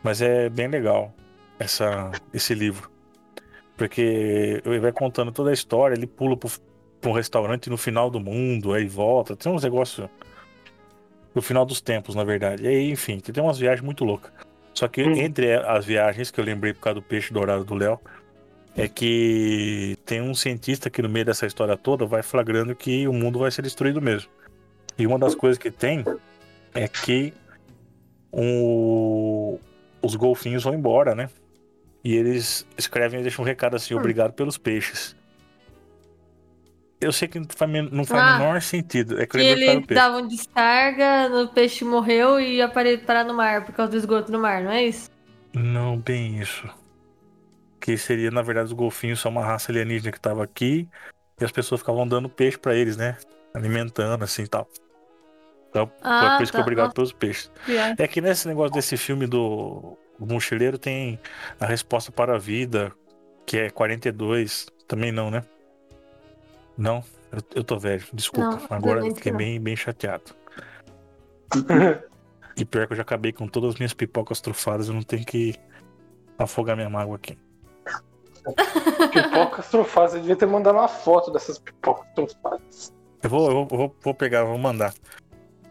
Speaker 4: Mas é bem legal essa, esse livro. Porque ele vai contando toda a história, ele pula pro, pra um restaurante no final do mundo, aí volta. Tem uns negócios. No final dos tempos, na verdade. E aí, enfim, tem umas viagens muito loucas. Só que
Speaker 3: Hum.
Speaker 4: entre as viagens que eu lembrei por causa do peixe dourado do Léo, é que tem um cientista que no meio dessa história toda vai flagrando que o mundo vai ser destruído mesmo. E uma das coisas que tem é que o- os golfinhos vão embora, né? E eles escrevem e deixam um recado assim:
Speaker 1: Hum.
Speaker 4: obrigado pelos peixes. Eu sei que não faz, men- não faz
Speaker 1: Ah.
Speaker 4: o menor sentido. É que
Speaker 1: Que
Speaker 4: eu lembrei
Speaker 1: ele
Speaker 4: por causa do peixe.
Speaker 1: dava um descarga, o peixe morreu e ia pare- parar no mar por causa do esgoto no mar, não é isso?
Speaker 4: Não, bem isso. Que seria, na verdade, os golfinhos são uma raça alienígena que tava aqui e as pessoas ficavam dando peixe pra eles, né? Alimentando, assim e tal. Então,
Speaker 1: Ah,
Speaker 4: por isso que
Speaker 1: tá.
Speaker 4: obrigado pelos peixes.
Speaker 1: Nossa, viagem.
Speaker 4: É que nesse negócio desse filme do do mochileiro tem a resposta para a vida, que é 42. Também não, né? Não, eu, eu tô velho, desculpa.
Speaker 1: Não,
Speaker 4: Agora eu
Speaker 1: obviamente que
Speaker 4: fiquei
Speaker 1: não.
Speaker 4: bem, bem chateado. E pior que eu já acabei com todas as minhas pipocas trufadas, eu não tenho que afogar minha mágoa aqui.
Speaker 3: Pipocas trufadas. Eu devia ter mandado uma foto dessas pipocas trufadas.
Speaker 4: Eu vou, eu vou- eu vou, vou pegar, vou mandar.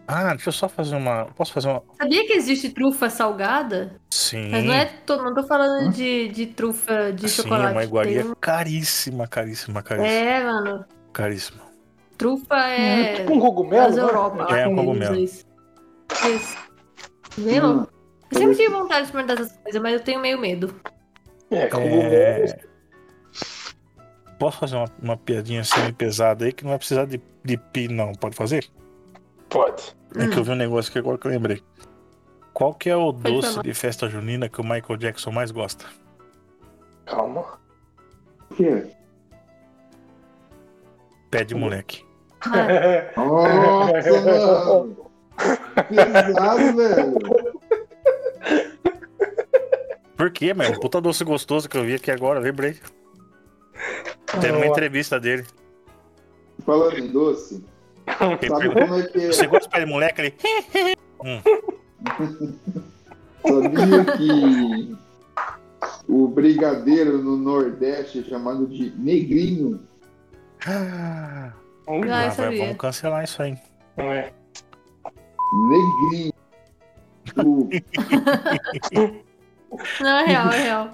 Speaker 4: Ah, deixa eu só fazer uma. Posso fazer uma.
Speaker 1: Sabia que existe trufa salgada?
Speaker 4: Sim.
Speaker 1: Mas não é. Tô, não tô
Speaker 3: Hum?
Speaker 1: falando de, de trufa de
Speaker 4: sim, é
Speaker 1: chocolate.
Speaker 4: uma iguaria
Speaker 1: Tem um-
Speaker 4: caríssima, caríssima, caríssima.
Speaker 1: É, mano.
Speaker 4: Caríssima.
Speaker 1: Trufa é.
Speaker 3: Tipo um cogumelo.
Speaker 1: das
Speaker 3: né?
Speaker 1: Europa.
Speaker 4: É,
Speaker 1: lá,
Speaker 4: um
Speaker 1: com
Speaker 4: cogumelo.
Speaker 1: eles dois. Vocês. Bem
Speaker 3: Hum.
Speaker 5: "Hum,
Speaker 1: louco. Eu sempre tive vontade de experimentar essas coisas, mas eu tenho meio medo.
Speaker 3: É,
Speaker 4: É.
Speaker 3: cogumelo.
Speaker 4: Posso fazer uma, uma piadinha semi pesada aí que não vai precisar de, de pi, não? Pode fazer?
Speaker 3: Pode.
Speaker 4: É
Speaker 1: Hum.
Speaker 4: que eu vi um negócio que agora que eu lembrei. Qual que é o
Speaker 1: foi
Speaker 4: doce
Speaker 1: mal.
Speaker 4: de festa junina que o Michael Jackson mais gosta?
Speaker 3: Calma.
Speaker 5: O que é?
Speaker 4: Pé
Speaker 1: Hum.
Speaker 4: de moleque.
Speaker 1: Ah,
Speaker 5: Nossa, mano! Pesado, velho!
Speaker 4: Por quê, meu? Puta doce gostoso que eu vi aqui agora, lembrei. Teve uma entrevista dele.
Speaker 5: Falando em doce,
Speaker 4: Ele
Speaker 5: sabe
Speaker 4: perguntou,
Speaker 5: como é que é?
Speaker 4: Você gosta de pé de moleque? Ele,
Speaker 5: Sabia que o brigadeiro no Nordeste é chamado de negrinho?
Speaker 1: Ah,
Speaker 4: Ah,
Speaker 1: eu
Speaker 4: vai- vamos
Speaker 1: sabia.
Speaker 4: cancelar isso aí.
Speaker 3: Não é.
Speaker 5: Negrinho. O-
Speaker 1: Não, é real, é real.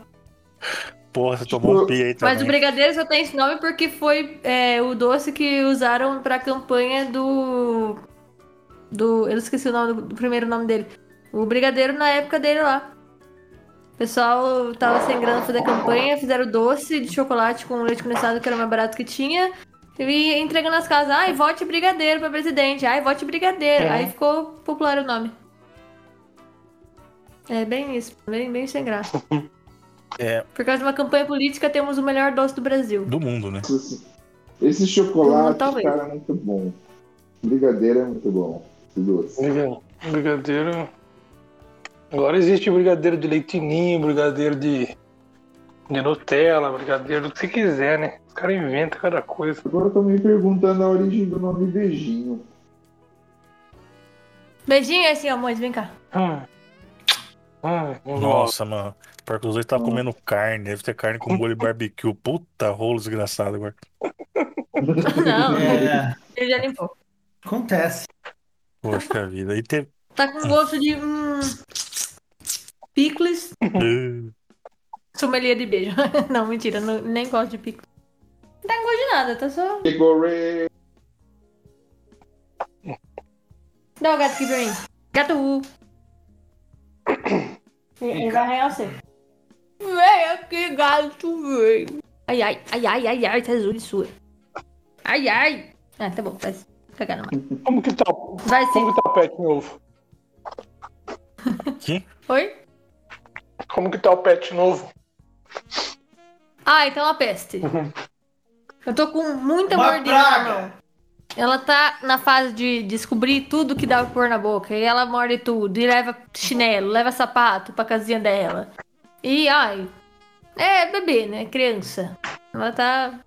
Speaker 4: Porra, você tomou um pi aí também.
Speaker 1: Mas o brigadeiro só tem esse nome porque foi é, o doce que usaram pra campanha do. Do. Eu esqueci o nome do, do primeiro nome dele. O brigadeiro na época dele lá. O pessoal tava sem grana pra fazer campanha, fizeram doce de chocolate com leite condensado, que era o mais barato que tinha. E entregando nas casas, ai, vote brigadeiro pra presidente, ai, vote brigadeiro.
Speaker 3: É.
Speaker 1: Aí ficou popular o nome. É bem isso, bem, bem sem graça.
Speaker 4: É.
Speaker 1: Por causa de uma campanha política, temos o melhor doce do Brasil.
Speaker 4: Do mundo, né?
Speaker 5: Esse chocolate,
Speaker 1: Talvez.
Speaker 5: cara, é muito bom. Brigadeiro é muito bom. Esse doce.
Speaker 3: Briga- Brigadeiro. Agora existe brigadeiro de leitinho, brigadeiro de, de Nutella, brigadeiro do que você quiser, né? Os caras inventam cada coisa.
Speaker 5: Agora eu tô me perguntando a origem do nome beijinho.
Speaker 1: Beijinho assim, amores, vem cá.
Speaker 3: Hum. Hum, não gosto.
Speaker 4: Nossa, mano. Pior que os dois estavam comendo carne. Deve ter carne com molho barbecue. Puta rolo desgraçado agora.
Speaker 1: Não,
Speaker 2: É,
Speaker 1: ele já limpou.
Speaker 2: acontece.
Speaker 4: Poxa vida. E teve.
Speaker 1: Tá com gosto de. Hum, picles. Sommelier de beijo. não, mentira, não- nem gosto de picles. Não tá com gosto de nada, tá só.
Speaker 5: Pecorê.
Speaker 1: Dá o gato aqui pra mim. Gato Ru. Ele vai arranhar você. Vem aqui, gato, vem. Ai, ai, ai, ai, ai, ai, tá azul de sua. Ai, ai. Ah, tá bom, vai se cagar na mão.
Speaker 3: Como que tá, o-
Speaker 1: Vai sim.
Speaker 3: como que tá o pé de novo?
Speaker 4: Que?
Speaker 1: Oi?
Speaker 3: Como que tá o pet novo?
Speaker 1: Ah, então é uma peste. Eu tô com muita
Speaker 2: Uma
Speaker 1: mordida
Speaker 2: praga.
Speaker 1: na mão. Ela tá na fase de descobrir tudo que dá pra pôr na boca. E ela morde tudo. E leva chinelo, leva sapato pra casinha dela. E ai. É bebê, né? Criança. Ela tá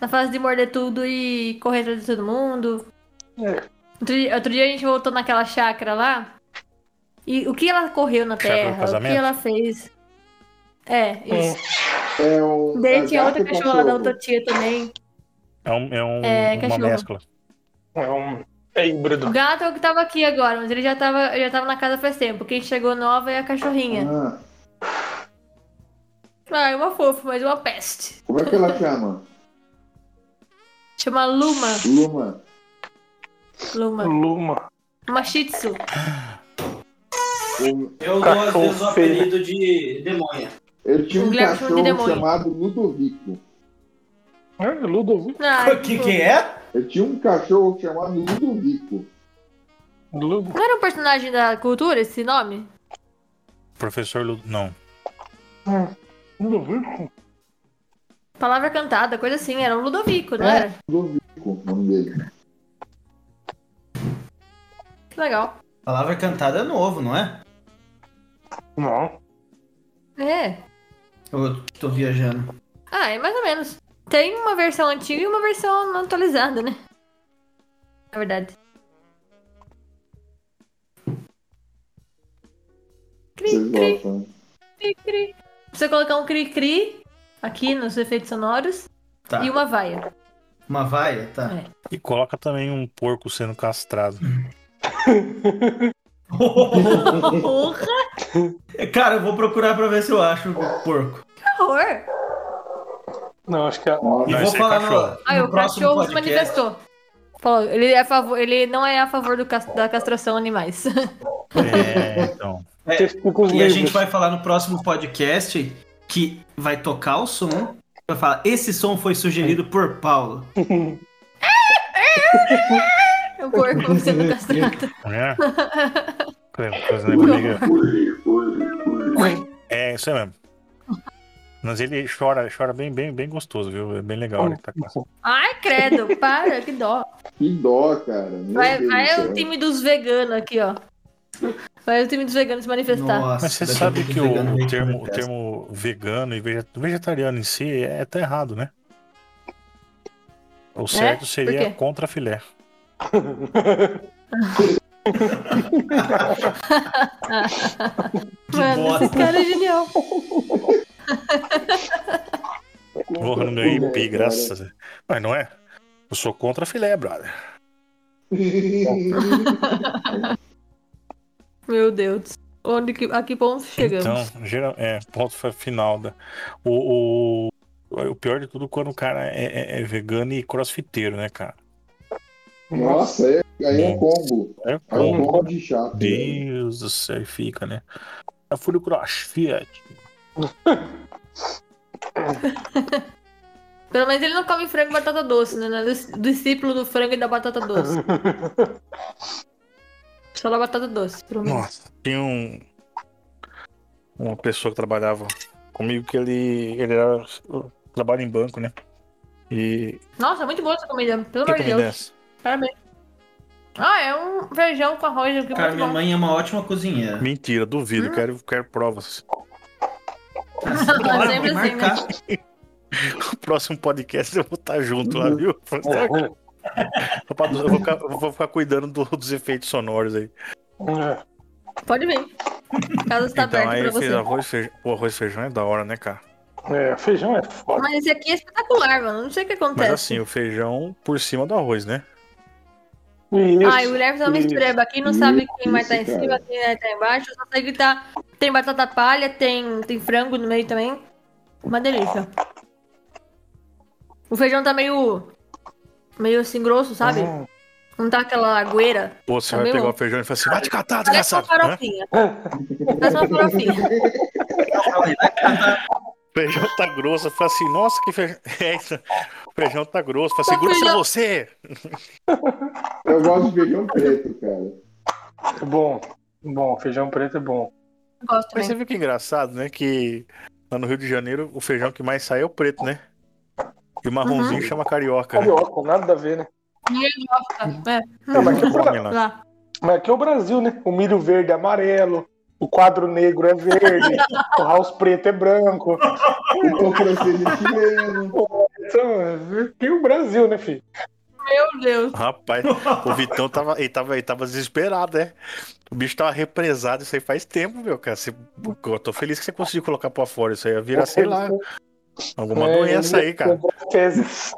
Speaker 1: na fase de morder tudo e correr atrás de todo mundo.
Speaker 3: É.
Speaker 1: Outro dia, outro dia a gente voltou naquela chácara lá. E o que ela correu na
Speaker 4: Chácara do
Speaker 1: terra? O que
Speaker 4: casamento?
Speaker 1: ela fez? É, isso.
Speaker 5: É um.
Speaker 1: Daí
Speaker 5: é
Speaker 1: tinha
Speaker 5: gato
Speaker 1: outra
Speaker 5: e
Speaker 1: cachorra lá da
Speaker 5: cachorro.
Speaker 1: outra tia também.
Speaker 4: É, um, é, um,
Speaker 1: É,
Speaker 4: uma
Speaker 1: cachorro.
Speaker 4: mescla.
Speaker 3: É um. É híbrido.
Speaker 1: O gato é o que tava aqui agora, mas ele já tava, ele já tava na casa faz tempo. Quem chegou nova é a cachorrinha.
Speaker 5: Ah,
Speaker 1: Ah, é uma fofa, mas uma peste.
Speaker 5: como é que ela chama?
Speaker 1: Chama Luma.
Speaker 5: Luma.
Speaker 1: Luma.
Speaker 3: Luma.
Speaker 1: Uma shih tzu.
Speaker 5: Um-
Speaker 2: Eu dou às
Speaker 3: Cachorro
Speaker 2: vezes o
Speaker 3: feio.
Speaker 2: apelido de demônio.
Speaker 5: Ele tinha
Speaker 1: O
Speaker 5: um
Speaker 1: Guilherme chama de
Speaker 5: cachorro
Speaker 1: demônio.
Speaker 5: chamado Ludovico.
Speaker 3: É, Ludovico.
Speaker 1: Ah,
Speaker 2: O que
Speaker 1: fofo.
Speaker 2: que é?
Speaker 5: Ele tinha um cachorro chamado Ludovico.
Speaker 3: Ludo.
Speaker 1: Não era um personagem da cultura esse nome?
Speaker 4: Professor Lu... Não.
Speaker 3: Ludovico?
Speaker 1: Palavra cantada, coisa assim. Era um Ludovico, não
Speaker 5: É.
Speaker 1: era?
Speaker 5: Ludovico, o nome dele.
Speaker 1: Que legal.
Speaker 2: Palavra cantada é novo, não é?
Speaker 3: Não.
Speaker 1: É.
Speaker 2: Eu tô viajando.
Speaker 1: Ah, é mais ou menos. Tem uma versão antiga e uma versão não atualizada, né? Na verdade. Cri,
Speaker 5: Vocês
Speaker 1: cri.
Speaker 5: gostam. né?
Speaker 1: cri-cri. Você colocar um cri-cri aqui nos efeitos sonoros
Speaker 2: Tá.
Speaker 1: e uma vaia.
Speaker 2: Uma vaia? Tá.
Speaker 4: E coloca também um porco sendo castrado.
Speaker 1: Porra,
Speaker 2: Cara, eu vou procurar pra ver se eu acho o porco.
Speaker 1: que horror!
Speaker 3: Não, acho que é.
Speaker 2: E
Speaker 5: Nossa,
Speaker 4: Não,
Speaker 2: vou
Speaker 4: esse é
Speaker 2: falar
Speaker 4: cachorro.
Speaker 2: no,
Speaker 1: Aí
Speaker 2: no
Speaker 1: Ah, o
Speaker 2: próximo
Speaker 1: cachorro se
Speaker 2: podcast.
Speaker 1: manifestou. Falou, ele, é a favor, ele não é a favor do cas- da castração de animais.
Speaker 4: É, então.
Speaker 3: Você ficou é com os
Speaker 2: E a
Speaker 3: membros.
Speaker 2: gente vai falar no próximo podcast que vai tocar o som. Vai falar, esse som foi sugerido por Paulo.
Speaker 1: O corpo sendo castrado.
Speaker 4: É. Coisa- coisa, né, comigo? É, isso aí mesmo. Mas ele chora, chora bem, bem, bem gostoso, viu? É bem legal. Ele tá com-
Speaker 1: Ai, credo, para, que dó.
Speaker 5: Que dó, cara. Meu
Speaker 1: Vai,
Speaker 5: Deus do
Speaker 1: vai
Speaker 5: céu.
Speaker 1: o time dos veganos aqui, ó. Vai o time dos veganos se manifestar.
Speaker 2: Nossa,
Speaker 4: Mas você
Speaker 2: daqui a
Speaker 4: sabe
Speaker 2: pouco
Speaker 4: que
Speaker 2: o vegano
Speaker 4: o,
Speaker 2: vem
Speaker 4: o termo, o
Speaker 2: pra cá.
Speaker 4: termo vegano e veget- vegetariano em si é tá errado, né? O certo
Speaker 1: É? Por
Speaker 4: seria
Speaker 1: quê?
Speaker 4: contra filé.
Speaker 1: Mano,
Speaker 2: bosta.
Speaker 1: esse cara é genial.
Speaker 4: Porra, não ganhei pi, graças. a- Mas não é? Eu sou contra filé, brother.
Speaker 1: Meu Deus. Onde que, a que ponto chegamos?
Speaker 4: Então, geral, é, ponto fa- final. Da, o, o, o pior de tudo é quando o cara é, é- é vegano e crossfiteiro, né, cara?
Speaker 5: Nossa, aí é, aí é combo.
Speaker 4: É
Speaker 5: Aí é um
Speaker 4: como,
Speaker 5: combo de chato. velho.
Speaker 4: Deus do céu, e fica, né? Eu fui do crossfit.
Speaker 1: Pelo menos ele não come frango e batata doce, né? Não é dis- discípulo do frango e da batata doce. Só da batata doce, pelo menos.
Speaker 4: Nossa, tinha um. Uma pessoa que trabalhava comigo que ele. Ele era. Trabalha em banco, né? E.
Speaker 1: Nossa, muito boa essa comida. Pelo
Speaker 4: Que
Speaker 1: amor de
Speaker 4: comida é
Speaker 1: Deus.
Speaker 4: essa?
Speaker 1: Parabéns. Ah, é um feijão com arroz aqui,
Speaker 2: Cara,
Speaker 1: muito
Speaker 2: minha
Speaker 1: bom.
Speaker 2: mãe é uma ótima cozinheira.
Speaker 4: Mentira,
Speaker 1: Hum?
Speaker 4: duvido. Quero, quero provas.
Speaker 2: Bora,
Speaker 1: sempre
Speaker 2: vou
Speaker 1: assim, né?
Speaker 2: marcar.
Speaker 4: No próximo podcast eu vou estar junto
Speaker 1: Hum.
Speaker 4: lá, viu?
Speaker 3: É.
Speaker 4: Eu vou ficar, eu vou ficar cuidando do- dos efeitos sonoros aí.
Speaker 1: Pode vir. Casa está aberta
Speaker 4: então, aí
Speaker 1: Tá pra
Speaker 4: eu
Speaker 1: você.
Speaker 4: fiz arroz, feijão. Pô, arroz e feijão é da hora, né, cara?
Speaker 3: É, feijão é foda.
Speaker 1: Mas esse aqui é espetacular, mano. Não sei o que
Speaker 4: Mas
Speaker 1: acontece.
Speaker 4: assim, o feijão por cima do arroz, né?
Speaker 3: Isso.
Speaker 1: Ai, o Guilherme tá uma
Speaker 3: isso.
Speaker 1: mistureba aqui, não sabe
Speaker 5: Isso,
Speaker 1: quem vai estar em
Speaker 5: cara.
Speaker 1: cima, quem vai estar embaixo. Só sei que tá. Tem batata palha, tem, tem frango no meio também. Uma delícia. O feijão tá meio. meio assim grosso, sabe?
Speaker 3: Ah. Hum.
Speaker 1: Não tá aquela agueira.
Speaker 4: Pô, você
Speaker 1: Tá
Speaker 4: vai
Speaker 1: bem
Speaker 4: pegar
Speaker 1: bom.
Speaker 4: o feijão e fala assim, vai te catar,
Speaker 2: Tá
Speaker 1: Parece uma
Speaker 4: desgraçado.
Speaker 2: né?
Speaker 4: Hã?
Speaker 1: farofinha. Parece uma farofinha.
Speaker 4: feijão tá grosso. Eu falo assim, nossa, que feijão. É, isso. O feijão tá grosso. Eu falo assim,
Speaker 1: Tá
Speaker 4: grosso é
Speaker 1: feijão.
Speaker 4: você.
Speaker 5: Eu gosto de feijão preto, cara.
Speaker 3: Bom, bom, feijão preto é bom.
Speaker 1: Eu Gosto
Speaker 4: Mas você
Speaker 1: também.
Speaker 4: viu que engraçado, né? Que lá no Rio de Janeiro o feijão que mais sai é o preto, né? E o marronzinho
Speaker 1: Uhum.
Speaker 4: chama carioca, né?
Speaker 3: Carioca, nada a ver, né?
Speaker 1: Ninguém gosta. É,
Speaker 3: Não, mas, aqui, é pra-
Speaker 4: Come lá.
Speaker 1: lá.
Speaker 3: mas aqui é o Brasil, né? O milho verde é amarelo, o quadro negro é verde, o house preto é branco.
Speaker 5: O pão francês é chileno.
Speaker 3: Então, aqui é o Brasil, né, filho?
Speaker 1: Meu Deus.
Speaker 4: Rapaz, o Vitão tava, ele tava, ele tava desesperado, né? O bicho tava represado isso aí faz tempo, meu cara. Você- eu tô feliz que você conseguiu colocar pra fora isso aí. Ia virar, sei lá, alguma
Speaker 3: É,
Speaker 4: doença aí, cara.
Speaker 3: Fezes.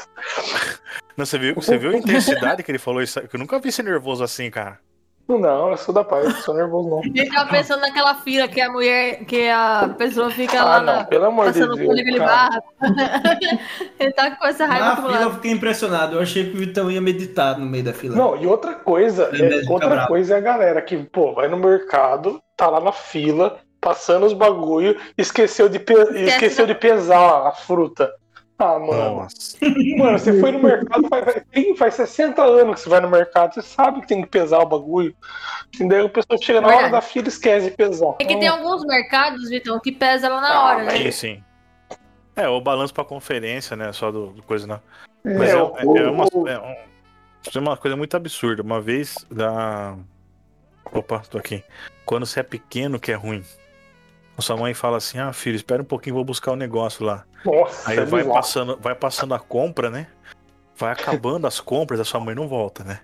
Speaker 4: Não, você, viu, você viu a intensidade que ele falou isso? aí? Eu nunca vi você nervoso assim, cara.
Speaker 3: Não, eu sou da paz, não sou nervoso, não.
Speaker 1: Eu tava pensando naquela fila que a mulher, que a pessoa fica lá
Speaker 3: Ah,
Speaker 1: na,
Speaker 3: não, pelo amor de
Speaker 1: passando
Speaker 3: Deus.
Speaker 1: por ele
Speaker 3: cara.
Speaker 1: barra. ele tá com essa raiva
Speaker 2: Na fila eu
Speaker 1: acumulada.
Speaker 2: fiquei impressionado. Eu achei que o Vitão ia meditar no meio da fila.
Speaker 3: Não, e outra coisa,
Speaker 2: Ele
Speaker 3: é,
Speaker 2: mesmo fica
Speaker 3: outra
Speaker 2: bravo.
Speaker 3: coisa é a galera que, pô, vai no mercado, tá lá na fila, passando os bagulho, esqueceu de, pe- esqueceu de pesar a fruta. Ah, mano.
Speaker 4: Nossa.
Speaker 3: Mano, você foi no mercado, faz, faz, tem- faz 60 anos que você vai no mercado, você sabe que tem que pesar o bagulho. Entendeu? A pessoa chega na hora
Speaker 1: Verdade.
Speaker 3: da fila e esquece de pesar.
Speaker 1: É que tem alguns mercados, Vitão, que pesa lá na hora, né?
Speaker 4: Sim, sim. É, o balanço pra conferência, né? Só do, do coisa, não.
Speaker 5: É,
Speaker 4: Mas é,
Speaker 3: o-
Speaker 4: é- é uma,
Speaker 3: o-
Speaker 4: é um- isso é uma coisa muito absurda. Uma vez da. Opa, tô aqui. Quando você é pequeno que é ruim. A Sua mãe fala assim, ah, filho, espera um pouquinho, vou buscar o negócio lá.
Speaker 3: Nossa,
Speaker 4: Aí
Speaker 3: é
Speaker 4: vai
Speaker 3: bizarro.
Speaker 4: passando, vai passando a compra, né? Vai acabando as compras, a sua mãe não volta, né?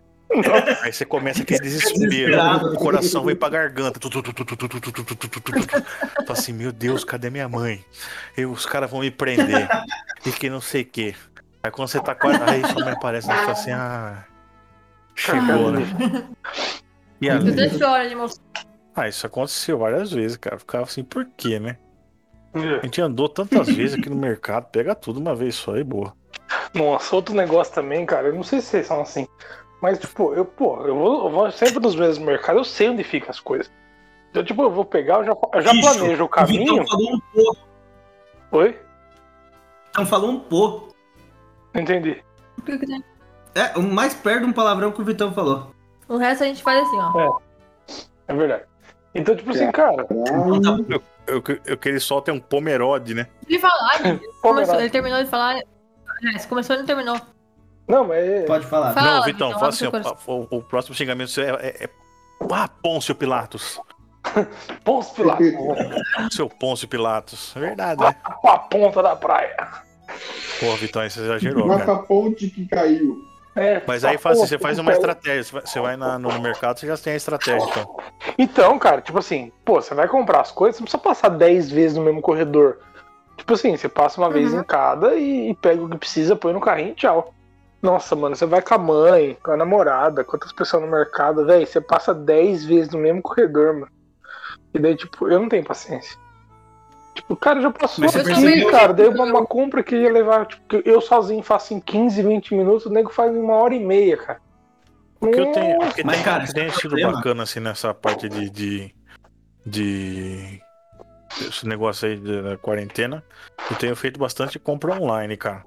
Speaker 4: Aí você começa aquele desespero,
Speaker 2: Desesperado.
Speaker 4: o coração vem pra garganta. Tu, tu, tu, tu, tu, tu, tu, tu, tu, tu, tu, tu, tu. Fala assim, meu Deus, cadê minha mãe? Eu, os caras vão me prender. E que não sei o quê. Aí quando você tá quase. Aí sua mãe aparece né? fala assim, ah. Chegou, né? E
Speaker 1: Tu
Speaker 4: ali...
Speaker 1: até chora de emoção.
Speaker 4: Ah, isso aconteceu várias vezes, cara. Eu Ficava assim, por quê, né?
Speaker 3: É.
Speaker 4: A gente andou tantas vezes aqui no mercado, pega tudo uma vez só e boa.
Speaker 3: Nossa, outro negócio também, cara. Eu não sei se vocês são assim. Mas, tipo, eu, pô, eu vou, eu vou sempre nos mesmos mercados, eu sei onde ficam as coisas. Então, tipo, eu vou pegar, eu já, eu já planejo o caminho.
Speaker 4: Então-
Speaker 2: Estão falando um pô.
Speaker 3: Oi?
Speaker 2: Vitão falou um pô.
Speaker 3: Não entendi.
Speaker 2: É, o mais perto de um palavrão que o Vitão falou.
Speaker 1: O resto a gente faz assim, ó.
Speaker 3: É verdade. Então, tipo assim, cara,
Speaker 2: Então tá bom.
Speaker 4: Eu, que- eu que ele solta é um pomerode, né?
Speaker 1: Ele falar, ele, começou,
Speaker 3: Pomerode.
Speaker 1: ele terminou de falar. É, se começou, ele não terminou.
Speaker 3: não, mas é-
Speaker 2: Pode falar.
Speaker 1: Fala,
Speaker 4: não, Vitão,
Speaker 1: Vitão,
Speaker 4: fala
Speaker 1: abre
Speaker 4: assim,
Speaker 1: seu
Speaker 4: ó, o, o próximo xingamento seu é, é, é Ah, Pôncio Pilatos.
Speaker 3: Pons Pilatos,
Speaker 4: Seu Pôncio Pilatos. É verdade, né?
Speaker 3: com a ponta da praia.
Speaker 4: Pô, Vitão, aí você exagerou,
Speaker 5: Mata
Speaker 4: cara.
Speaker 5: a tá ponte que caiu.
Speaker 3: É,
Speaker 4: Mas aí
Speaker 3: tá,
Speaker 4: faz,
Speaker 3: pô,
Speaker 4: assim, você faz uma
Speaker 3: então-
Speaker 4: estratégia. Você vai- Você vai na- no mercado, você já tem a estratégia, então.
Speaker 3: Então, cara, tipo assim, pô, você vai comprar as coisas, você não precisa passar 10 vezes no mesmo corredor. Tipo assim, você passa uma vez em cada e, e pega o que precisa, põe no carrinho e tchau. Nossa, mano, você vai com a mãe, com a namorada, quantas pessoas no mercado, velho, você passa 10 vezes no mesmo corredor, mano. E daí, tipo, eu não tenho paciência. Tipo, cara, já passou.
Speaker 2: Mas você
Speaker 3: Eu
Speaker 2: percebeu-
Speaker 3: também, cara, daí uma, uma compra que ia levar, tipo, que eu sozinho faço em 15, 20 minutos, o nego faz em uma hora e meia, cara. Hum,
Speaker 4: O que eu tenho, o que
Speaker 2: Mas,
Speaker 4: tem,
Speaker 2: cara,
Speaker 4: o que tem
Speaker 2: esse é o
Speaker 4: sido
Speaker 2: problema.
Speaker 4: bacana assim nessa parte de, de, de- esse negócio aí de- da quarentena, eu tenho feito bastante compra online, cara.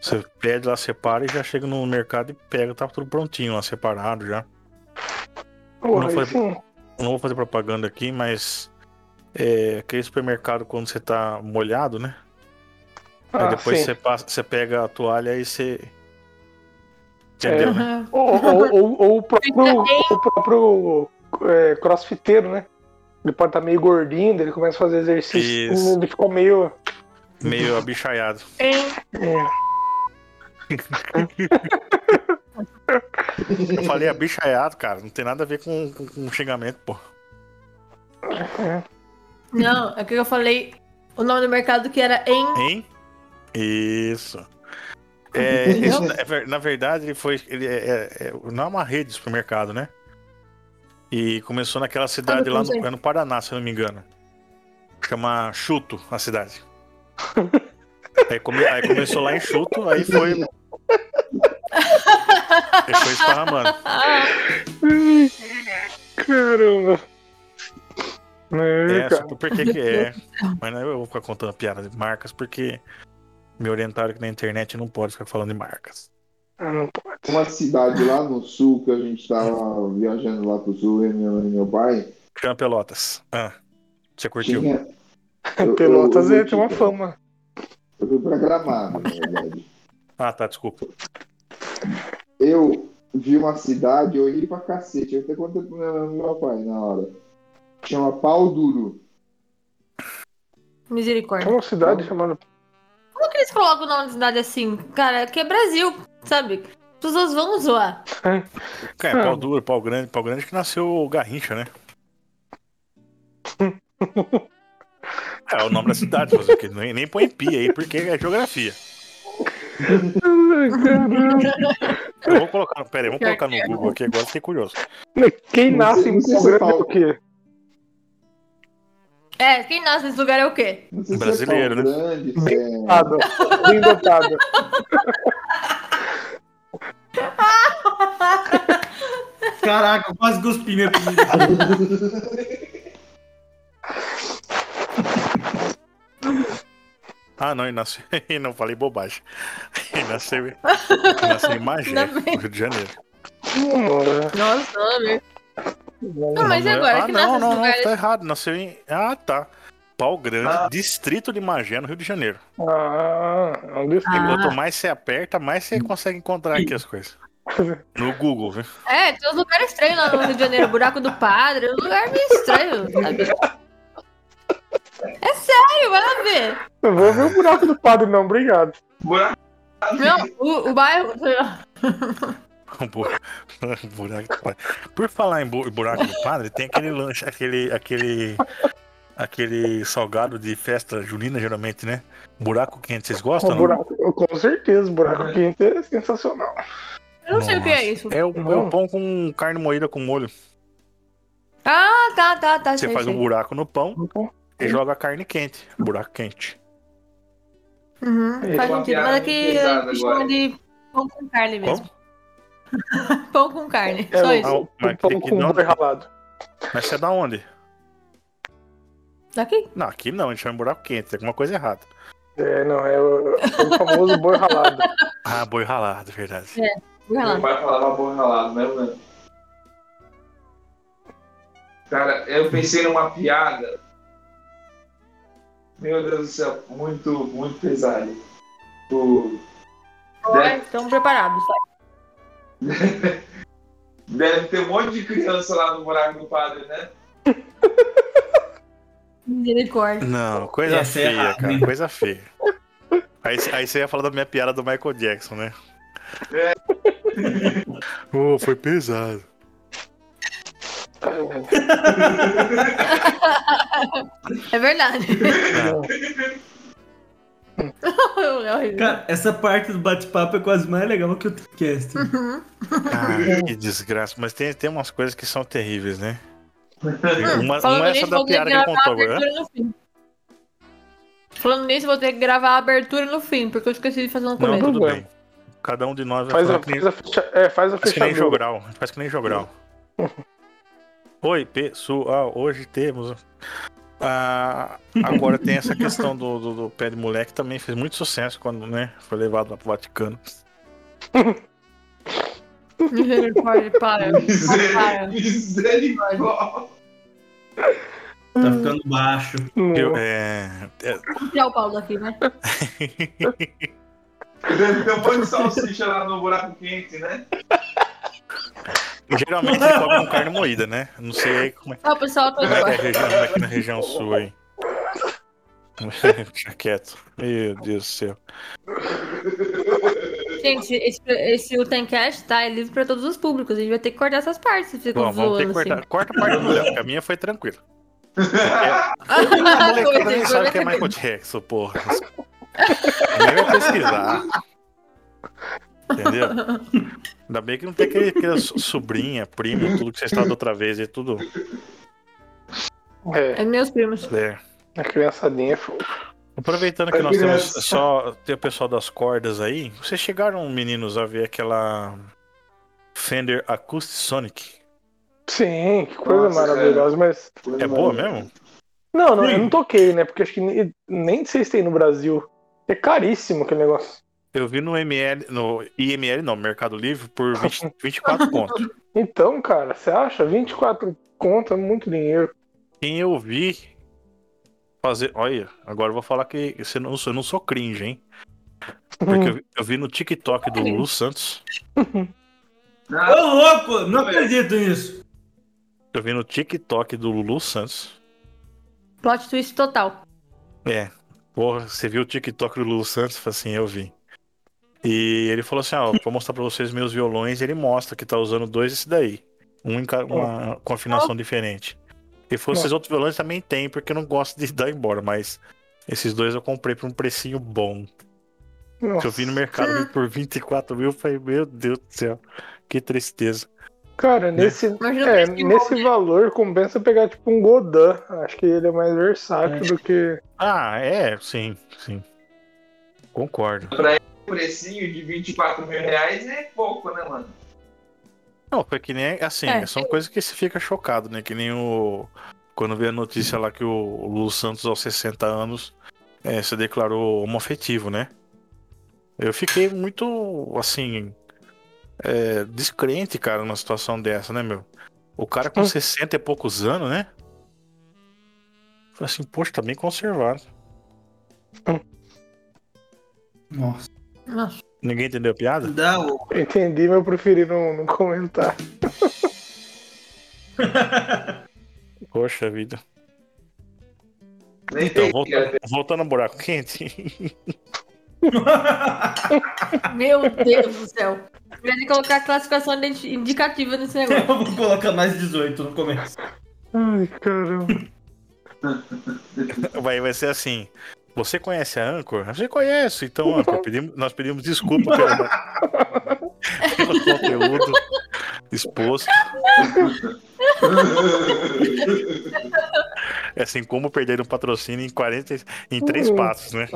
Speaker 4: Você pede lá, separa e já chega no mercado e pega, tá tudo prontinho lá, separado já.
Speaker 3: Porra,
Speaker 4: Não foi-
Speaker 3: assim,
Speaker 4: Não vou fazer propaganda aqui, mas é, aquele supermercado quando você tá molhado, né?
Speaker 3: ah,
Speaker 4: aí depois
Speaker 3: sim.
Speaker 4: você, passa, você pega a toalha e você.
Speaker 3: É.
Speaker 4: Entendeu, né?
Speaker 3: Ou, ou- ou- ou o próprio, o próprio é, crossfiteiro, né? Ele pode estar meio gordinho, daí ele começa a fazer exercício,
Speaker 4: Isso.
Speaker 3: ele ficou meio.
Speaker 4: Meio abichaiado. Eu falei abichaiado, cara. Não tem nada a ver com, com, com xingamento, pô.
Speaker 1: Não, é que eu falei o nome do mercado que era em.
Speaker 4: Hein? Isso. É, isso, é ver- na verdade, ele foi. Ele é, é- é- não é uma rede de supermercado, né? E começou naquela cidade
Speaker 1: eu
Speaker 4: lá
Speaker 1: não sei.
Speaker 4: no, é no Paraná, se eu não me engano. Chama Chuto, a cidade. Aí, come- aí começou lá em Chuto, aí foi. Aí foi esparramando.
Speaker 3: Caramba! É,
Speaker 4: É,
Speaker 3: cara.
Speaker 4: só por- por que que é. Mas não, eu vou ficar contando piada de marcas, porque me orientaram que na internet não pode ficar falando de marcas.
Speaker 3: Ah, não pode.
Speaker 5: Uma cidade lá no sul, que a gente tava viajando lá pro sul, eu e meu, e meu pai.
Speaker 4: Chama Pelotas. Ah, você curtiu?
Speaker 5: Tinha... eu-
Speaker 3: Pelotas
Speaker 5: eu- eu
Speaker 3: é, tem uma
Speaker 5: fui-
Speaker 3: fama.
Speaker 5: Eu fui pra Gramado, na verdade.
Speaker 4: Ah, tá, desculpa.
Speaker 5: Eu vi uma cidade, eu olhei pra cacete, eu até contei pro meu, meu pai na hora. Chama Pau Duro.
Speaker 3: Tem
Speaker 1: Misericórdia.
Speaker 3: uma cidade chamada.
Speaker 1: Como que eles colocam o nome da cidade assim? Cara, que é Brasil, sabe? As pessoas vão zoar.
Speaker 4: Cara, é pau duro, pau grande, pau grande que nasceu o Garrincha, né? É o nome da cidade, fazer o quê? Nem, nem põe pi aí, porque é geografia.
Speaker 3: Ai, caramba.
Speaker 4: Eu vou colocar, pera aí, vou colocar no Google aqui agora, fiquei curioso.
Speaker 3: Quem
Speaker 5: Não
Speaker 3: nasce
Speaker 5: sei-
Speaker 3: em
Speaker 5: não sei
Speaker 3: Pau
Speaker 5: se
Speaker 3: Grande é
Speaker 5: fala.
Speaker 3: o quê?
Speaker 1: É, quem nasce nesse lugar é o quê?
Speaker 5: Não sei
Speaker 4: Brasileiro,
Speaker 5: se
Speaker 4: né?
Speaker 5: é pau grande, se é...
Speaker 3: Dotado. Bem dotado.
Speaker 2: Caraca, eu quase cuspi minha comida.
Speaker 4: Ah, não, ele nasceu. Não falei bobagem. Ele nasceu, ele nasceu em Magé,
Speaker 1: Ainda bem.
Speaker 4: no Rio de Janeiro.
Speaker 1: Nossa, nada a ver. Não, mas e
Speaker 4: é-
Speaker 1: agora?
Speaker 4: né? Ah,
Speaker 1: que nasce
Speaker 4: não,
Speaker 1: nesse
Speaker 4: não,
Speaker 1: lugar
Speaker 4: não, tá errado. Nasceu em. Ah, tá. Pau Grande,
Speaker 2: Ah.
Speaker 4: distrito de Magé, no Rio de Janeiro.
Speaker 3: Ah, é um destino.
Speaker 4: E quanto mais você aperta, mais você consegue encontrar aqui as coisas. No Google, viu?
Speaker 1: É, tem uns lugares estranhos lá no Rio de Janeiro, Buraco do Padre, é um lugar meio estranho, sabe? É sério, vai lá ver.
Speaker 3: Não vou ver o buraco do padre, não, obrigado.
Speaker 1: Não, o, o bairro.
Speaker 4: Um bu- um buraco do padre. Por falar em bu- buraco do padre, tem aquele lanche, aquele, aquele, aquele salgado de festa junina, geralmente, né? Buraco quente, vocês gostam?
Speaker 3: O Um buraco, com certeza, o buraco quente é sensacional.
Speaker 1: Eu não sei o que é isso.
Speaker 4: É o, é o
Speaker 3: Não.
Speaker 4: pão com carne moída com molho.
Speaker 1: Ah, tá, tá, tá.
Speaker 4: Você
Speaker 1: sei,
Speaker 4: faz um
Speaker 1: sei.
Speaker 4: buraco no pão e joga a carne quente. Buraco quente.
Speaker 1: Uhum,
Speaker 3: É
Speaker 1: faz
Speaker 5: uma
Speaker 1: sentido.
Speaker 5: piada
Speaker 1: Mas aqui
Speaker 5: pesada
Speaker 1: a gente chama
Speaker 5: agora.
Speaker 1: de pão com carne É mesmo. Pão com carne,
Speaker 3: É
Speaker 1: só
Speaker 3: o-
Speaker 1: isso.
Speaker 5: É
Speaker 4: Ah, mas
Speaker 3: É, o pão
Speaker 4: tem que
Speaker 3: com
Speaker 4: não-
Speaker 3: boi ralado.
Speaker 4: Mas você é da onde?
Speaker 1: Daqui?
Speaker 4: Não, aqui não, a gente chama buraco quente, tem alguma coisa errada.
Speaker 3: É, não, é o, é o famoso boi ralado.
Speaker 4: Ah, boi ralado, verdade.
Speaker 1: Vai lá.
Speaker 5: Meu pai falava bom ralado, né, mano? Cara, eu pensei numa piada. Meu Deus do céu, muito, muito pesado. O... Deve,
Speaker 1: Estamos preparados.
Speaker 5: deve ter um monte de criança lá no buraco do padre, né?
Speaker 1: Misericórdia.
Speaker 4: Não, coisa
Speaker 2: Essa é
Speaker 4: feia,
Speaker 2: errada,
Speaker 4: cara,
Speaker 2: hein?
Speaker 4: coisa feia. Aí, aí você ia falar da minha piada do Michael Jackson, né? oh, foi pesado.
Speaker 1: É verdade. O Léo riu.
Speaker 2: Cara, essa parte do bate-papo é quase mais legal que o Tricast.
Speaker 1: Uhum.
Speaker 4: Ah, que desgraça. Mas tem, tem umas coisas que são terríveis, né? Uma,
Speaker 1: Falando
Speaker 4: uma é
Speaker 1: nisso,
Speaker 4: essa da
Speaker 1: vou ter que
Speaker 4: piada que
Speaker 1: gravar
Speaker 4: ele
Speaker 1: a
Speaker 4: contou agora. né?
Speaker 1: abertura no fim. Falando nisso, vou ter que gravar a abertura no fim, porque eu esqueci de fazer no
Speaker 4: Não,
Speaker 1: começo.
Speaker 4: tudo
Speaker 3: problema.
Speaker 4: bem. Cada um de nós vai
Speaker 3: Faz
Speaker 4: falar
Speaker 3: a,
Speaker 4: que nem,
Speaker 3: faz a, fecha- é, faz a
Speaker 4: faz que nem
Speaker 3: fechadura.
Speaker 4: jogral. Faz que nem jogral. Oi, pessoal. Hoje temos. Ah, agora tem essa questão do, do, do pé de moleque também fez muito sucesso quando né, foi levado para o Vaticano.
Speaker 1: Misericórdia, para.
Speaker 5: Miser-
Speaker 1: para.
Speaker 5: Misericórdia.
Speaker 2: Tá ficando baixo.
Speaker 4: Eu-
Speaker 3: Não.
Speaker 4: é, é,
Speaker 1: Vamos tirar o Paulo daqui, né?
Speaker 5: Deve ter um monte de salsicha lá no buraco quente, né?
Speaker 4: geralmente você come com carne moída, né? Não sei aí como é.
Speaker 1: Ah, o pessoal tá
Speaker 4: Como é que é a região, como é que é na região sul aí? Fica quieto. Meu Deus do céu.
Speaker 1: Gente, esse, esse Utencast, tá? É livre pra todos os públicos. A gente vai ter que cortar essas partes se ficam
Speaker 4: Bom, vamos ter que
Speaker 1: zoando
Speaker 4: cortar.
Speaker 1: assim.
Speaker 4: Corta a parte do Léo, que a minha foi tranquila.
Speaker 1: Ah,
Speaker 4: A molecada nem sabe o que
Speaker 1: coisa,
Speaker 4: é Michael Jackson, porra. Nem vai pesquisar. Entendeu? Ainda bem que não tem aquele, aquele so- sobrinha, primo, tudo que vocês estavam da outra vez e tudo.
Speaker 3: É,
Speaker 1: É meus primos.
Speaker 4: É.
Speaker 3: a criançadinha é fogo.
Speaker 4: Aproveitando que nós temos só tem o pessoal das cordas aí, vocês chegaram, meninos, a ver aquela Fender Acoustic Sonic?
Speaker 3: Sim, que coisa
Speaker 5: Nossa,
Speaker 3: maravilhosa, mas.
Speaker 4: É boa mesmo?
Speaker 3: Não, não, eu
Speaker 2: Sim.
Speaker 3: não toquei, né? Porque acho que nem, nem sei se tem no Brasil. É caríssimo aquele negócio.
Speaker 4: Eu vi no ML, no IML não, Mercado Livre, por 20, 24 conto.
Speaker 3: Então, cara, você acha? 24 conto é muito dinheiro.
Speaker 4: Quem eu vi fazer. Olha, agora eu vou falar que eu não, sou- eu não sou cringe, hein? Porque eu, vi- eu vi no TikTok do Lu Santos.
Speaker 2: Ô,
Speaker 5: Ah,
Speaker 2: louco! Não acredito nisso.
Speaker 4: Eu vi no TikTok do Lulu Santos.
Speaker 1: Plot twist total.
Speaker 4: É. Porra, você viu o TikTok do Lulu Santos? Falei assim, eu vi. E ele falou assim: ó, vou mostrar pra vocês meus violões. E ele mostra que tá usando dois esse daí. Um em ca- uma, com afinação diferente. E falou: esses outros violões também tem, porque eu não gosto de dar embora, mas esses dois eu comprei por um precinho bom. Que eu vi no
Speaker 3: Nossa.
Speaker 4: mercado ali por 24 mil. Eu falei: meu Deus do céu, que tristeza.
Speaker 3: Cara, nesse,
Speaker 1: Imagina o né?
Speaker 3: é,
Speaker 1: preço de
Speaker 3: nesse valor compensa pegar tipo um Godin. Acho que ele é mais versátil do que.
Speaker 4: Ah, é, sim, sim. Concordo.
Speaker 5: precinho de 24 mil reais é pouco, né, mano?
Speaker 4: Não, foi que nem assim,
Speaker 1: É.
Speaker 4: são coisas que você fica chocado, né? Que nem o. Quando vê a notícia lá que o o Lulu Santos, aos 60 anos, eh, se declarou homoafetivo, né? Eu fiquei muito, assim. eh, descrente, cara, numa situação dessa, né, meu? O cara com
Speaker 3: Hum.
Speaker 4: 60 e poucos anos, né? Falei assim, poxa, tá bem conservado.
Speaker 2: Nossa.
Speaker 1: Nossa.
Speaker 4: Ninguém entendeu a piada?
Speaker 2: Dá o.
Speaker 3: Entendi, mas eu preferi não, não comentar.
Speaker 4: Poxa vida.
Speaker 5: Nem
Speaker 4: Então,
Speaker 5: tem, cara.
Speaker 4: voltando, voltando ao buraco quente.
Speaker 1: Meu Deus do céu. Devia ter que colocar a classificação identi- indicativa nesse negócio.
Speaker 2: Eu vou colocar mais 18 no começo.
Speaker 3: Ai, caramba.
Speaker 4: Vai, vai ser assim. Você conhece a Anchor? Ah, Você conhece, então, Anchor. pedimos- nós pedimos desculpa pelo, pelo conteúdo exposto. É assim como perder um patrocínio em 40, e- em três passos, né?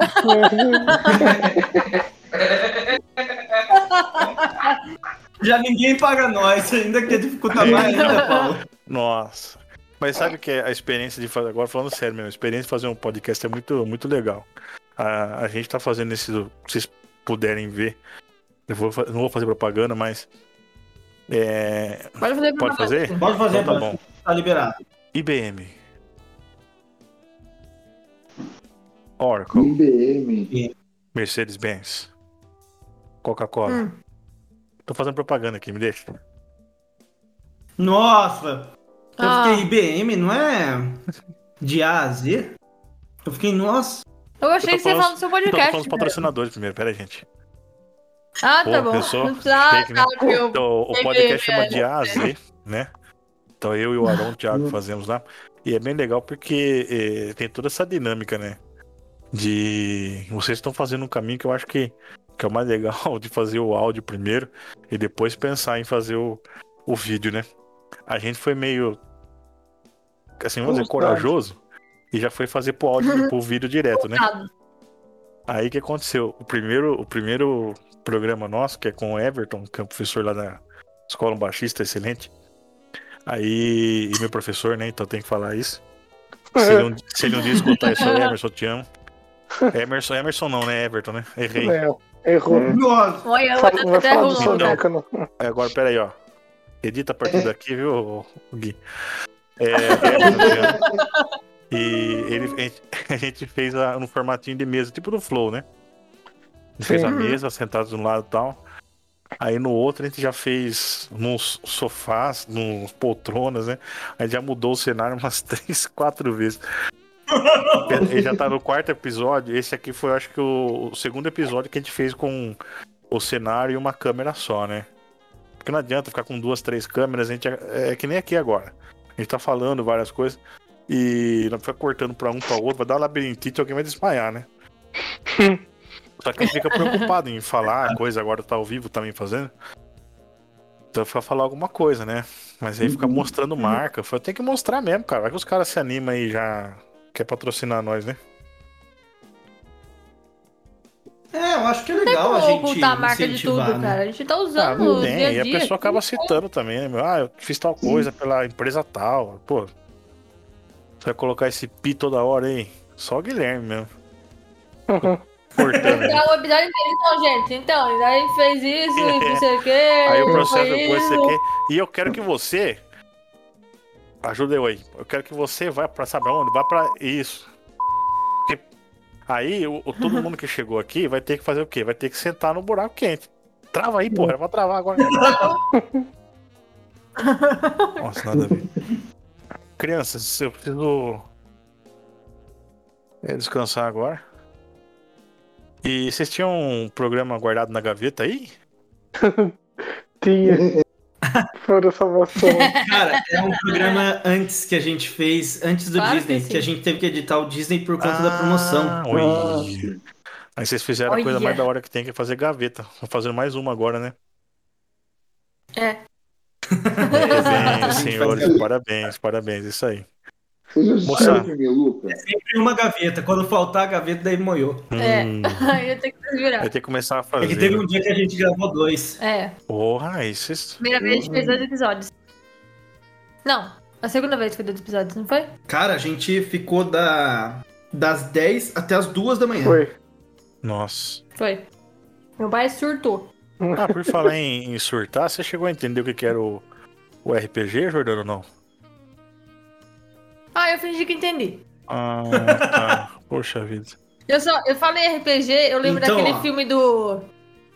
Speaker 2: É. Já ninguém paga nós, ainda quer dificultar mais ainda, né, Paulo.
Speaker 4: Nossa. Mas sabe que é a experiência de fazer, agora falando sério mesmo, a experiência de fazer um podcast é muito, muito legal. A, a gente tá fazendo esse, se vocês puderem ver, eu vou fa- não vou fazer propaganda, mas. é,
Speaker 1: Pode fazer.
Speaker 4: pode fazer?
Speaker 2: Pode fazer,
Speaker 4: Então
Speaker 2: tá
Speaker 4: tá bom.
Speaker 2: Tá liberado.
Speaker 4: IBM. Oracle.
Speaker 5: IBM.
Speaker 4: Mercedes-Benz. Coca-Cola.
Speaker 1: Hum.
Speaker 4: Tô fazendo propaganda aqui, me deixa.
Speaker 2: Nossa! Eu
Speaker 1: Ah.
Speaker 2: fiquei IBM, não é? De A a Z? Eu fiquei, nossa.
Speaker 1: Eu achei
Speaker 4: Eu tô
Speaker 1: que você
Speaker 4: falando-
Speaker 1: falou do seu
Speaker 4: Então, tô falando
Speaker 1: podcast.
Speaker 4: dos patrocinadores primeiro, pera aí, gente.
Speaker 1: Ah, tá
Speaker 4: Pô,
Speaker 1: bom.
Speaker 4: pessoal,
Speaker 1: Não precisa-
Speaker 4: tem que-
Speaker 1: Ah, viu?
Speaker 4: Então, o
Speaker 1: Peguei,
Speaker 4: podcast chama
Speaker 1: velho.
Speaker 4: de A a Z, né? Então eu e o Arão, o Thiago, fazemos lá. E é bem legal porque eh, tem toda essa dinâmica, né? De. Vocês estão fazendo um caminho que eu acho que, que é o mais legal de fazer o áudio primeiro e depois pensar em fazer o, o vídeo, né? A gente foi meio. Assim, vamos
Speaker 3: Ousado.
Speaker 4: dizer, corajoso e já foi fazer pro áudio, pro vídeo direto, né?
Speaker 1: Ousado.
Speaker 4: Aí o que aconteceu? O primeiro, o primeiro programa nosso, que é com o Everton, que é um professor lá da escola, um baixista excelente. Aí, e meu professor, né? Então tem que falar isso. Se
Speaker 3: É,
Speaker 4: ele um, se ele um dia escutar isso, Emerson, eu te amo. É, Emerson, Emerson não, né? Everton, né? Errei.
Speaker 3: É, errou.
Speaker 2: Hum.
Speaker 5: É.
Speaker 2: Nossa!
Speaker 1: Olha,
Speaker 3: Fala- Não
Speaker 1: eu
Speaker 3: vai
Speaker 1: até
Speaker 3: falar do
Speaker 1: arrumou, né?
Speaker 3: Soneca, não.
Speaker 4: Aí É, agora, peraí, ó. Edita a partir daqui, viu, Gui? É, é, e ele, a gente fez a, um formatinho de mesa, tipo do Flow, né? A gente fez a
Speaker 1: Sim.
Speaker 4: mesa, sentados de um lado e tal. Aí no outro a gente já fez nos sofás, nos poltronas, né? Aí já mudou o cenário umas três, quatro vezes. Ele já tá no quarto episódio. Esse aqui foi, acho que, o, o segundo episódio que a gente fez com o cenário e uma câmera só, né? Porque não adianta ficar com duas, três câmeras. A gente é, é que nem aqui agora. A gente tá falando várias coisas e não fica cortando pra um, pra outro. Vai dar labirintite alguém vai desmaiar, né? Só que a gente fica preocupado em falar coisa, agora tá ao vivo também fazendo. Então fica falar alguma coisa, né? Mas aí fica mostrando marca. Foi, tem que mostrar mesmo, cara. Vai que os caras se animam aí já quer patrocinar nós, né?
Speaker 2: É, eu acho que é
Speaker 1: Não tem
Speaker 2: legal a
Speaker 1: como
Speaker 2: gente
Speaker 1: ocultar a marca de tudo,
Speaker 2: incentivar, né?
Speaker 1: cara. A gente tá
Speaker 4: Ah,
Speaker 1: usando
Speaker 4: não
Speaker 1: o
Speaker 4: tem.
Speaker 1: dia
Speaker 4: E
Speaker 1: a
Speaker 4: a
Speaker 1: dia.
Speaker 4: pessoa acaba citando também, né? meu? Ah, eu fiz tal coisa pela empresa tal. Pô, você vai colocar esse pi toda hora aí? Só o Guilherme mesmo. Cortando.
Speaker 1: Então, o episódio inteiro, então, gente, então, e aí fez isso, e não sei o quê.
Speaker 4: Aí o processo
Speaker 1: foi
Speaker 4: depois você
Speaker 1: isso.
Speaker 4: quer. E eu quero que você. Ajuda eu aí. Eu quero que você vá pra. Sabe aonde? Vá pra isso. Porque aí o, o- todo mundo que chegou aqui vai ter que fazer o quê? Vai ter que sentar no buraco quente. Trava aí, porra. Vai travar agora. Nossa, nada a ver. Crianças, eu preciso. é, descansar agora. E vocês tinham um programa guardado na gaveta aí?
Speaker 3: Tinha. Fora salvação.
Speaker 2: Cara, é um programa antes que a gente fez, antes do
Speaker 1: Claro que
Speaker 2: Disney, que,
Speaker 1: sim.
Speaker 2: a gente teve que editar o Disney por conta da promoção.
Speaker 4: Ah, oi. Aí vocês fizeram a coisa
Speaker 1: Olha.
Speaker 4: mais da hora que tem, que é fazer gaveta. Tô fazendo mais uma agora, né?
Speaker 1: É.
Speaker 4: Parabéns,
Speaker 2: gente
Speaker 4: senhores.
Speaker 5: faz-
Speaker 4: Parabéns, parabéns. Isso aí.
Speaker 5: Você já
Speaker 4: Moça.
Speaker 5: sabe que é Meluca?
Speaker 2: Sempre uma gaveta, quando faltar a gaveta, daí moiou.
Speaker 1: É.
Speaker 4: Hum,
Speaker 1: Aí eu tenho que desvirar.
Speaker 4: vai ter que começar a
Speaker 2: É
Speaker 4: fazer.
Speaker 2: que teve
Speaker 4: né?
Speaker 2: um dia que a gente gravou dois.
Speaker 1: É,
Speaker 4: Porra, aí vocês.
Speaker 1: primeira vez a gente fez dois episódios. Não, a segunda vez foi dois episódios, não foi?
Speaker 2: Cara, a gente ficou da, das 10 até as 2 da manhã.
Speaker 3: Foi.
Speaker 4: Nossa.
Speaker 1: Foi. Meu pai surtou.
Speaker 4: Ah, por falar em, em surtar, você chegou a entender o que, que era o, o RPG, Jordano, ou não?
Speaker 1: Ah, eu fingi que entendi.
Speaker 4: Ah, tá. Poxa vida.
Speaker 1: Eu só, eu falei RPG, eu lembro
Speaker 2: Então,
Speaker 1: daquele
Speaker 2: ó.
Speaker 1: filme do.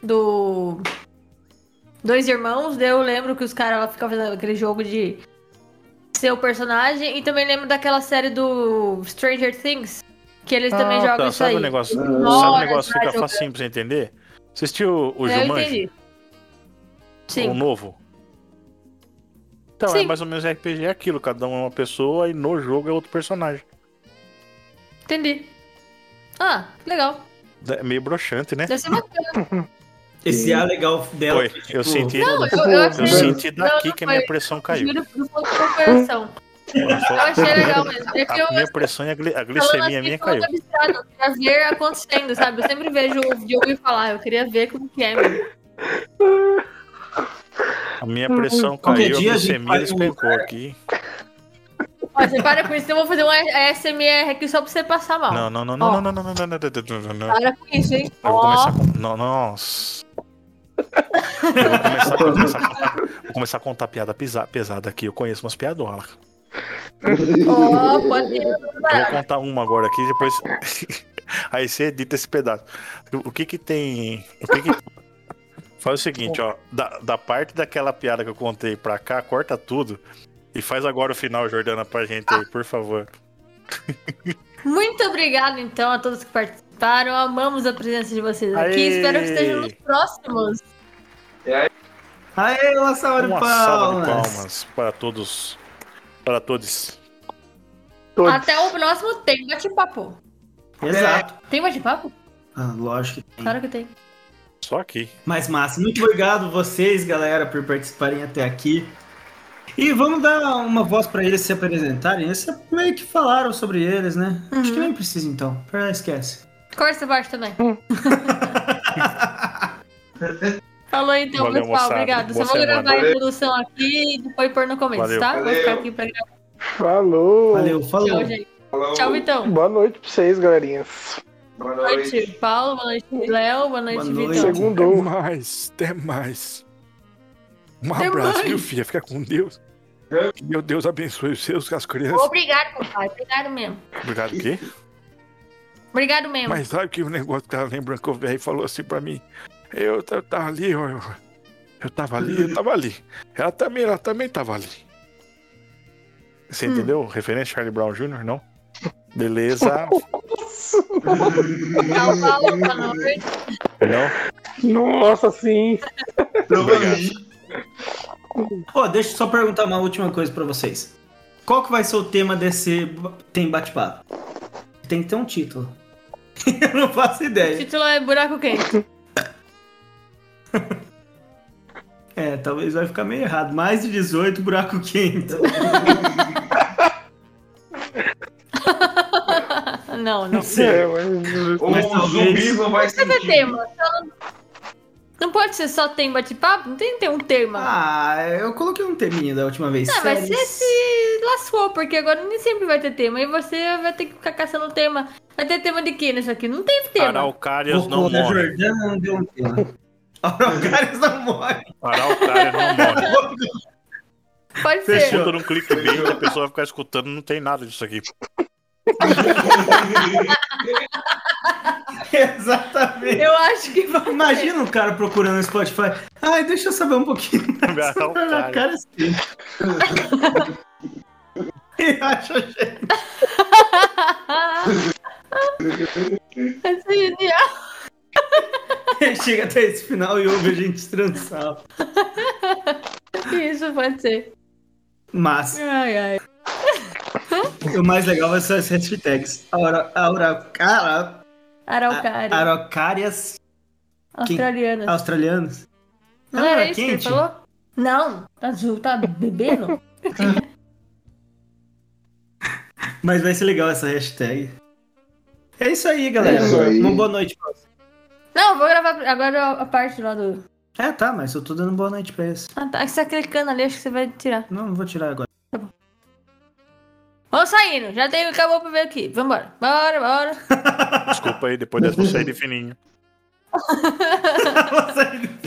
Speaker 1: Do. Dois irmãos, daí eu lembro que os caras lá ficavam fazendo aquele jogo de ser o personagem. E também lembro daquela série do Stranger Things, que eles também
Speaker 4: Ah,
Speaker 1: jogam
Speaker 4: tá.
Speaker 1: isso
Speaker 4: sabe
Speaker 1: aí.
Speaker 4: o negócio?
Speaker 5: Nossa,
Speaker 4: sabe o negócio que
Speaker 1: vai
Speaker 4: fica
Speaker 1: jogar.
Speaker 4: facinho pra você entender? Você assistiu o
Speaker 1: É, eu
Speaker 4: Jumanji?
Speaker 1: entendi. Sim.
Speaker 4: O novo? Então, é
Speaker 1: Sim.
Speaker 4: mais ou menos RPG é aquilo, cada um é uma pessoa e no jogo é outro personagem.
Speaker 1: Entendi. Ah, que legal.
Speaker 4: É meio broxante, né?
Speaker 1: Deve ser bacana.
Speaker 2: Esse ar legal dela. tipo,
Speaker 4: Foi, eu senti,
Speaker 1: É, tipo, Não, eu, eu achei.
Speaker 4: eu senti daqui
Speaker 1: não
Speaker 4: que a minha
Speaker 1: foi.
Speaker 4: pressão caiu.
Speaker 1: Juro do fundo do meu coração. Eu achei legal mesmo. É que eu
Speaker 4: A minha pressão e a, gli- a
Speaker 1: falando
Speaker 4: glicemia
Speaker 1: assim,
Speaker 4: minha
Speaker 1: falando
Speaker 4: caiu.
Speaker 1: abstrato, eu queria ver acontecendo, sabe? Eu sempre vejo o Diogo e falar, eu queria ver como que é, meu.
Speaker 4: A minha pressão
Speaker 2: Qualquer
Speaker 1: Hum,
Speaker 4: caiu, a
Speaker 2: dia a gente
Speaker 4: glicemia
Speaker 2: faz um-
Speaker 4: despencou aqui.
Speaker 1: Ó, você para com isso, eu vou fazer um ASMR aqui só pra você passar mal.
Speaker 4: Não, não, não, não, não, não, não, não, não, não, não, não, não.
Speaker 1: Para com isso, hein?
Speaker 4: Eu vou
Speaker 1: Ó,
Speaker 4: começar com. Não, nossa. Eu vou começar, vou começar a contar, vou começar a contar piada pisa- pesada aqui. Eu conheço umas piadolas.
Speaker 1: ó, pode ir.
Speaker 4: Eu vou contar uma agora aqui, depois. Aí você edita esse pedaço. O que que tem. O que que- Faz o seguinte, ó. Da, da parte daquela piada que eu contei pra cá, corta tudo. E faz agora o final, Jordana, pra gente aí, por favor.
Speaker 1: Muito obrigado, então, a todos que participaram. Amamos a presença de vocês aqui.
Speaker 4: Aê!
Speaker 1: Espero que estejam nos próximos.
Speaker 2: Aê, uma salva de
Speaker 4: Uma salva de
Speaker 2: palmas.
Speaker 4: palmas para todos. Para todos.
Speaker 3: Todos.
Speaker 1: Até o próximo Tem Bate-Papo.
Speaker 2: Exato.
Speaker 1: Tem Bate-Papo?
Speaker 2: Ah, lógico que tem.
Speaker 1: Claro que tem.
Speaker 4: Só aqui.
Speaker 2: Mas massa, muito obrigado vocês, galera, por participarem até aqui. E vamos dar uma voz pra eles se apresentarem. Eles meio que falaram sobre eles, né? Acho
Speaker 1: Uhum.
Speaker 2: que nem precisa então. Pra esquece.
Speaker 1: Corta essa parte também. Falou então,
Speaker 4: Valeu,
Speaker 1: pessoal.
Speaker 4: moçada.
Speaker 1: Obrigado. Só
Speaker 4: Boa
Speaker 1: vou
Speaker 4: semana.
Speaker 1: gravar a
Speaker 5: Valeu.
Speaker 1: introdução aqui e depois pôr no começo,
Speaker 4: Valeu.
Speaker 1: tá? Vou ficar
Speaker 5: Valeu.
Speaker 1: aqui pra gravar.
Speaker 3: Falou.
Speaker 2: Valeu, falou.
Speaker 1: Tchau, gente.
Speaker 5: Falou.
Speaker 1: Tchau, Vitão.
Speaker 3: Boa noite pra vocês, galerinhas.
Speaker 5: Boa
Speaker 1: Boa noite, Paulo. Boa noite, Léo. Boa noite,
Speaker 2: Boa noite.
Speaker 1: Vitão.
Speaker 2: Segundo-
Speaker 4: Até
Speaker 3: Segundou.
Speaker 4: mais, até mais. Um
Speaker 1: Até
Speaker 4: abraço,
Speaker 1: mais.
Speaker 4: viu, filha? Fica com Deus. Meu Deus abençoe os seus, as crianças.
Speaker 1: Obrigado, compadre. Obrigado mesmo.
Speaker 4: Obrigado, o quê?
Speaker 1: Obrigado mesmo.
Speaker 4: Mas sabe que o negócio tava lembrando que o velho falou assim pra mim? Eu, ta- tava ali, eu, eu, eu tava ali, eu tava ali. Ela também, ela também tava ali. Você entendeu? Referência Charlie Brown Jr., não? Beleza.
Speaker 1: Tchau, Paulo. Boa noite.
Speaker 4: não?
Speaker 3: Nossa, sim.
Speaker 2: Ó, deixa eu só perguntar uma última coisa pra vocês. Qual que vai ser o tema desse ba- tem bate-papo? Tem que ter um título. Eu não faço
Speaker 1: O
Speaker 2: ideia.
Speaker 1: título é Buraco Quente.
Speaker 2: É, talvez vai ficar meio errado. Mais de 18, buraco quente.
Speaker 1: não, não.
Speaker 2: Não sei.
Speaker 3: É, mas...
Speaker 5: Ou
Speaker 2: Mas
Speaker 5: o
Speaker 2: talvez-
Speaker 5: um zumbi não vai
Speaker 1: Não tem
Speaker 5: sentir.
Speaker 1: tema. só não- Não pode ser só tem bate-papo? Não tem que ter um tema.
Speaker 2: Ah, eu coloquei um teminha da última vez.
Speaker 1: Ah, mas
Speaker 2: Séries.
Speaker 1: você se lascou, porque agora nem sempre vai ter tema. E você vai ter que ficar caçando tema. Vai ter tema de quê nisso aqui? Não teve tema.
Speaker 4: Araucárias
Speaker 2: Cocô da Jordana não deu um tema. Araucárias não morre.
Speaker 4: Araucárias não morre.
Speaker 1: Pode ser.
Speaker 2: Fechou.
Speaker 4: Escuta num clickbait, a pessoa vai ficar escutando, não tem nada disso aqui.
Speaker 2: Exatamente.
Speaker 1: Eu acho que vai.
Speaker 2: Imagina um cara procurando no Spotify. Ai, deixa eu saber um pouquinho.
Speaker 4: É
Speaker 2: Na
Speaker 4: Araucárias.
Speaker 2: cara assim. E acha gente.
Speaker 1: Vai ser genial.
Speaker 2: Chega até esse final e ouve a gente transar.
Speaker 1: Isso pode ser.
Speaker 2: Mas
Speaker 1: Ai, ai.
Speaker 2: o mais legal vai ser as hashtags. Aura, aura, cara,
Speaker 1: Araucária.
Speaker 2: Ah, araucárias
Speaker 1: Australiana.
Speaker 2: Ah, australianas. Ah,
Speaker 1: Não era
Speaker 2: Aura
Speaker 1: isso que ele falou? Não. Tá, azul, tá bebendo?
Speaker 2: Mas vai ser legal essa hashtag. É isso aí, galera.
Speaker 5: É isso aí.
Speaker 2: Uma boa noite pra você.
Speaker 1: Não, eu vou gravar agora a parte lá do.
Speaker 2: É, tá, mas eu tô dando boa noite pra eles.
Speaker 1: Ah, tá. Você tá clicando ali, acho que você vai tirar.
Speaker 2: Não, não vou tirar agora.
Speaker 1: Vamos saindo. Já tem, acabou o primeiro aqui. Vambora. Bora, bora.
Speaker 4: Desculpa aí, depois dessa eu saí de fininho.
Speaker 2: Ela sai do-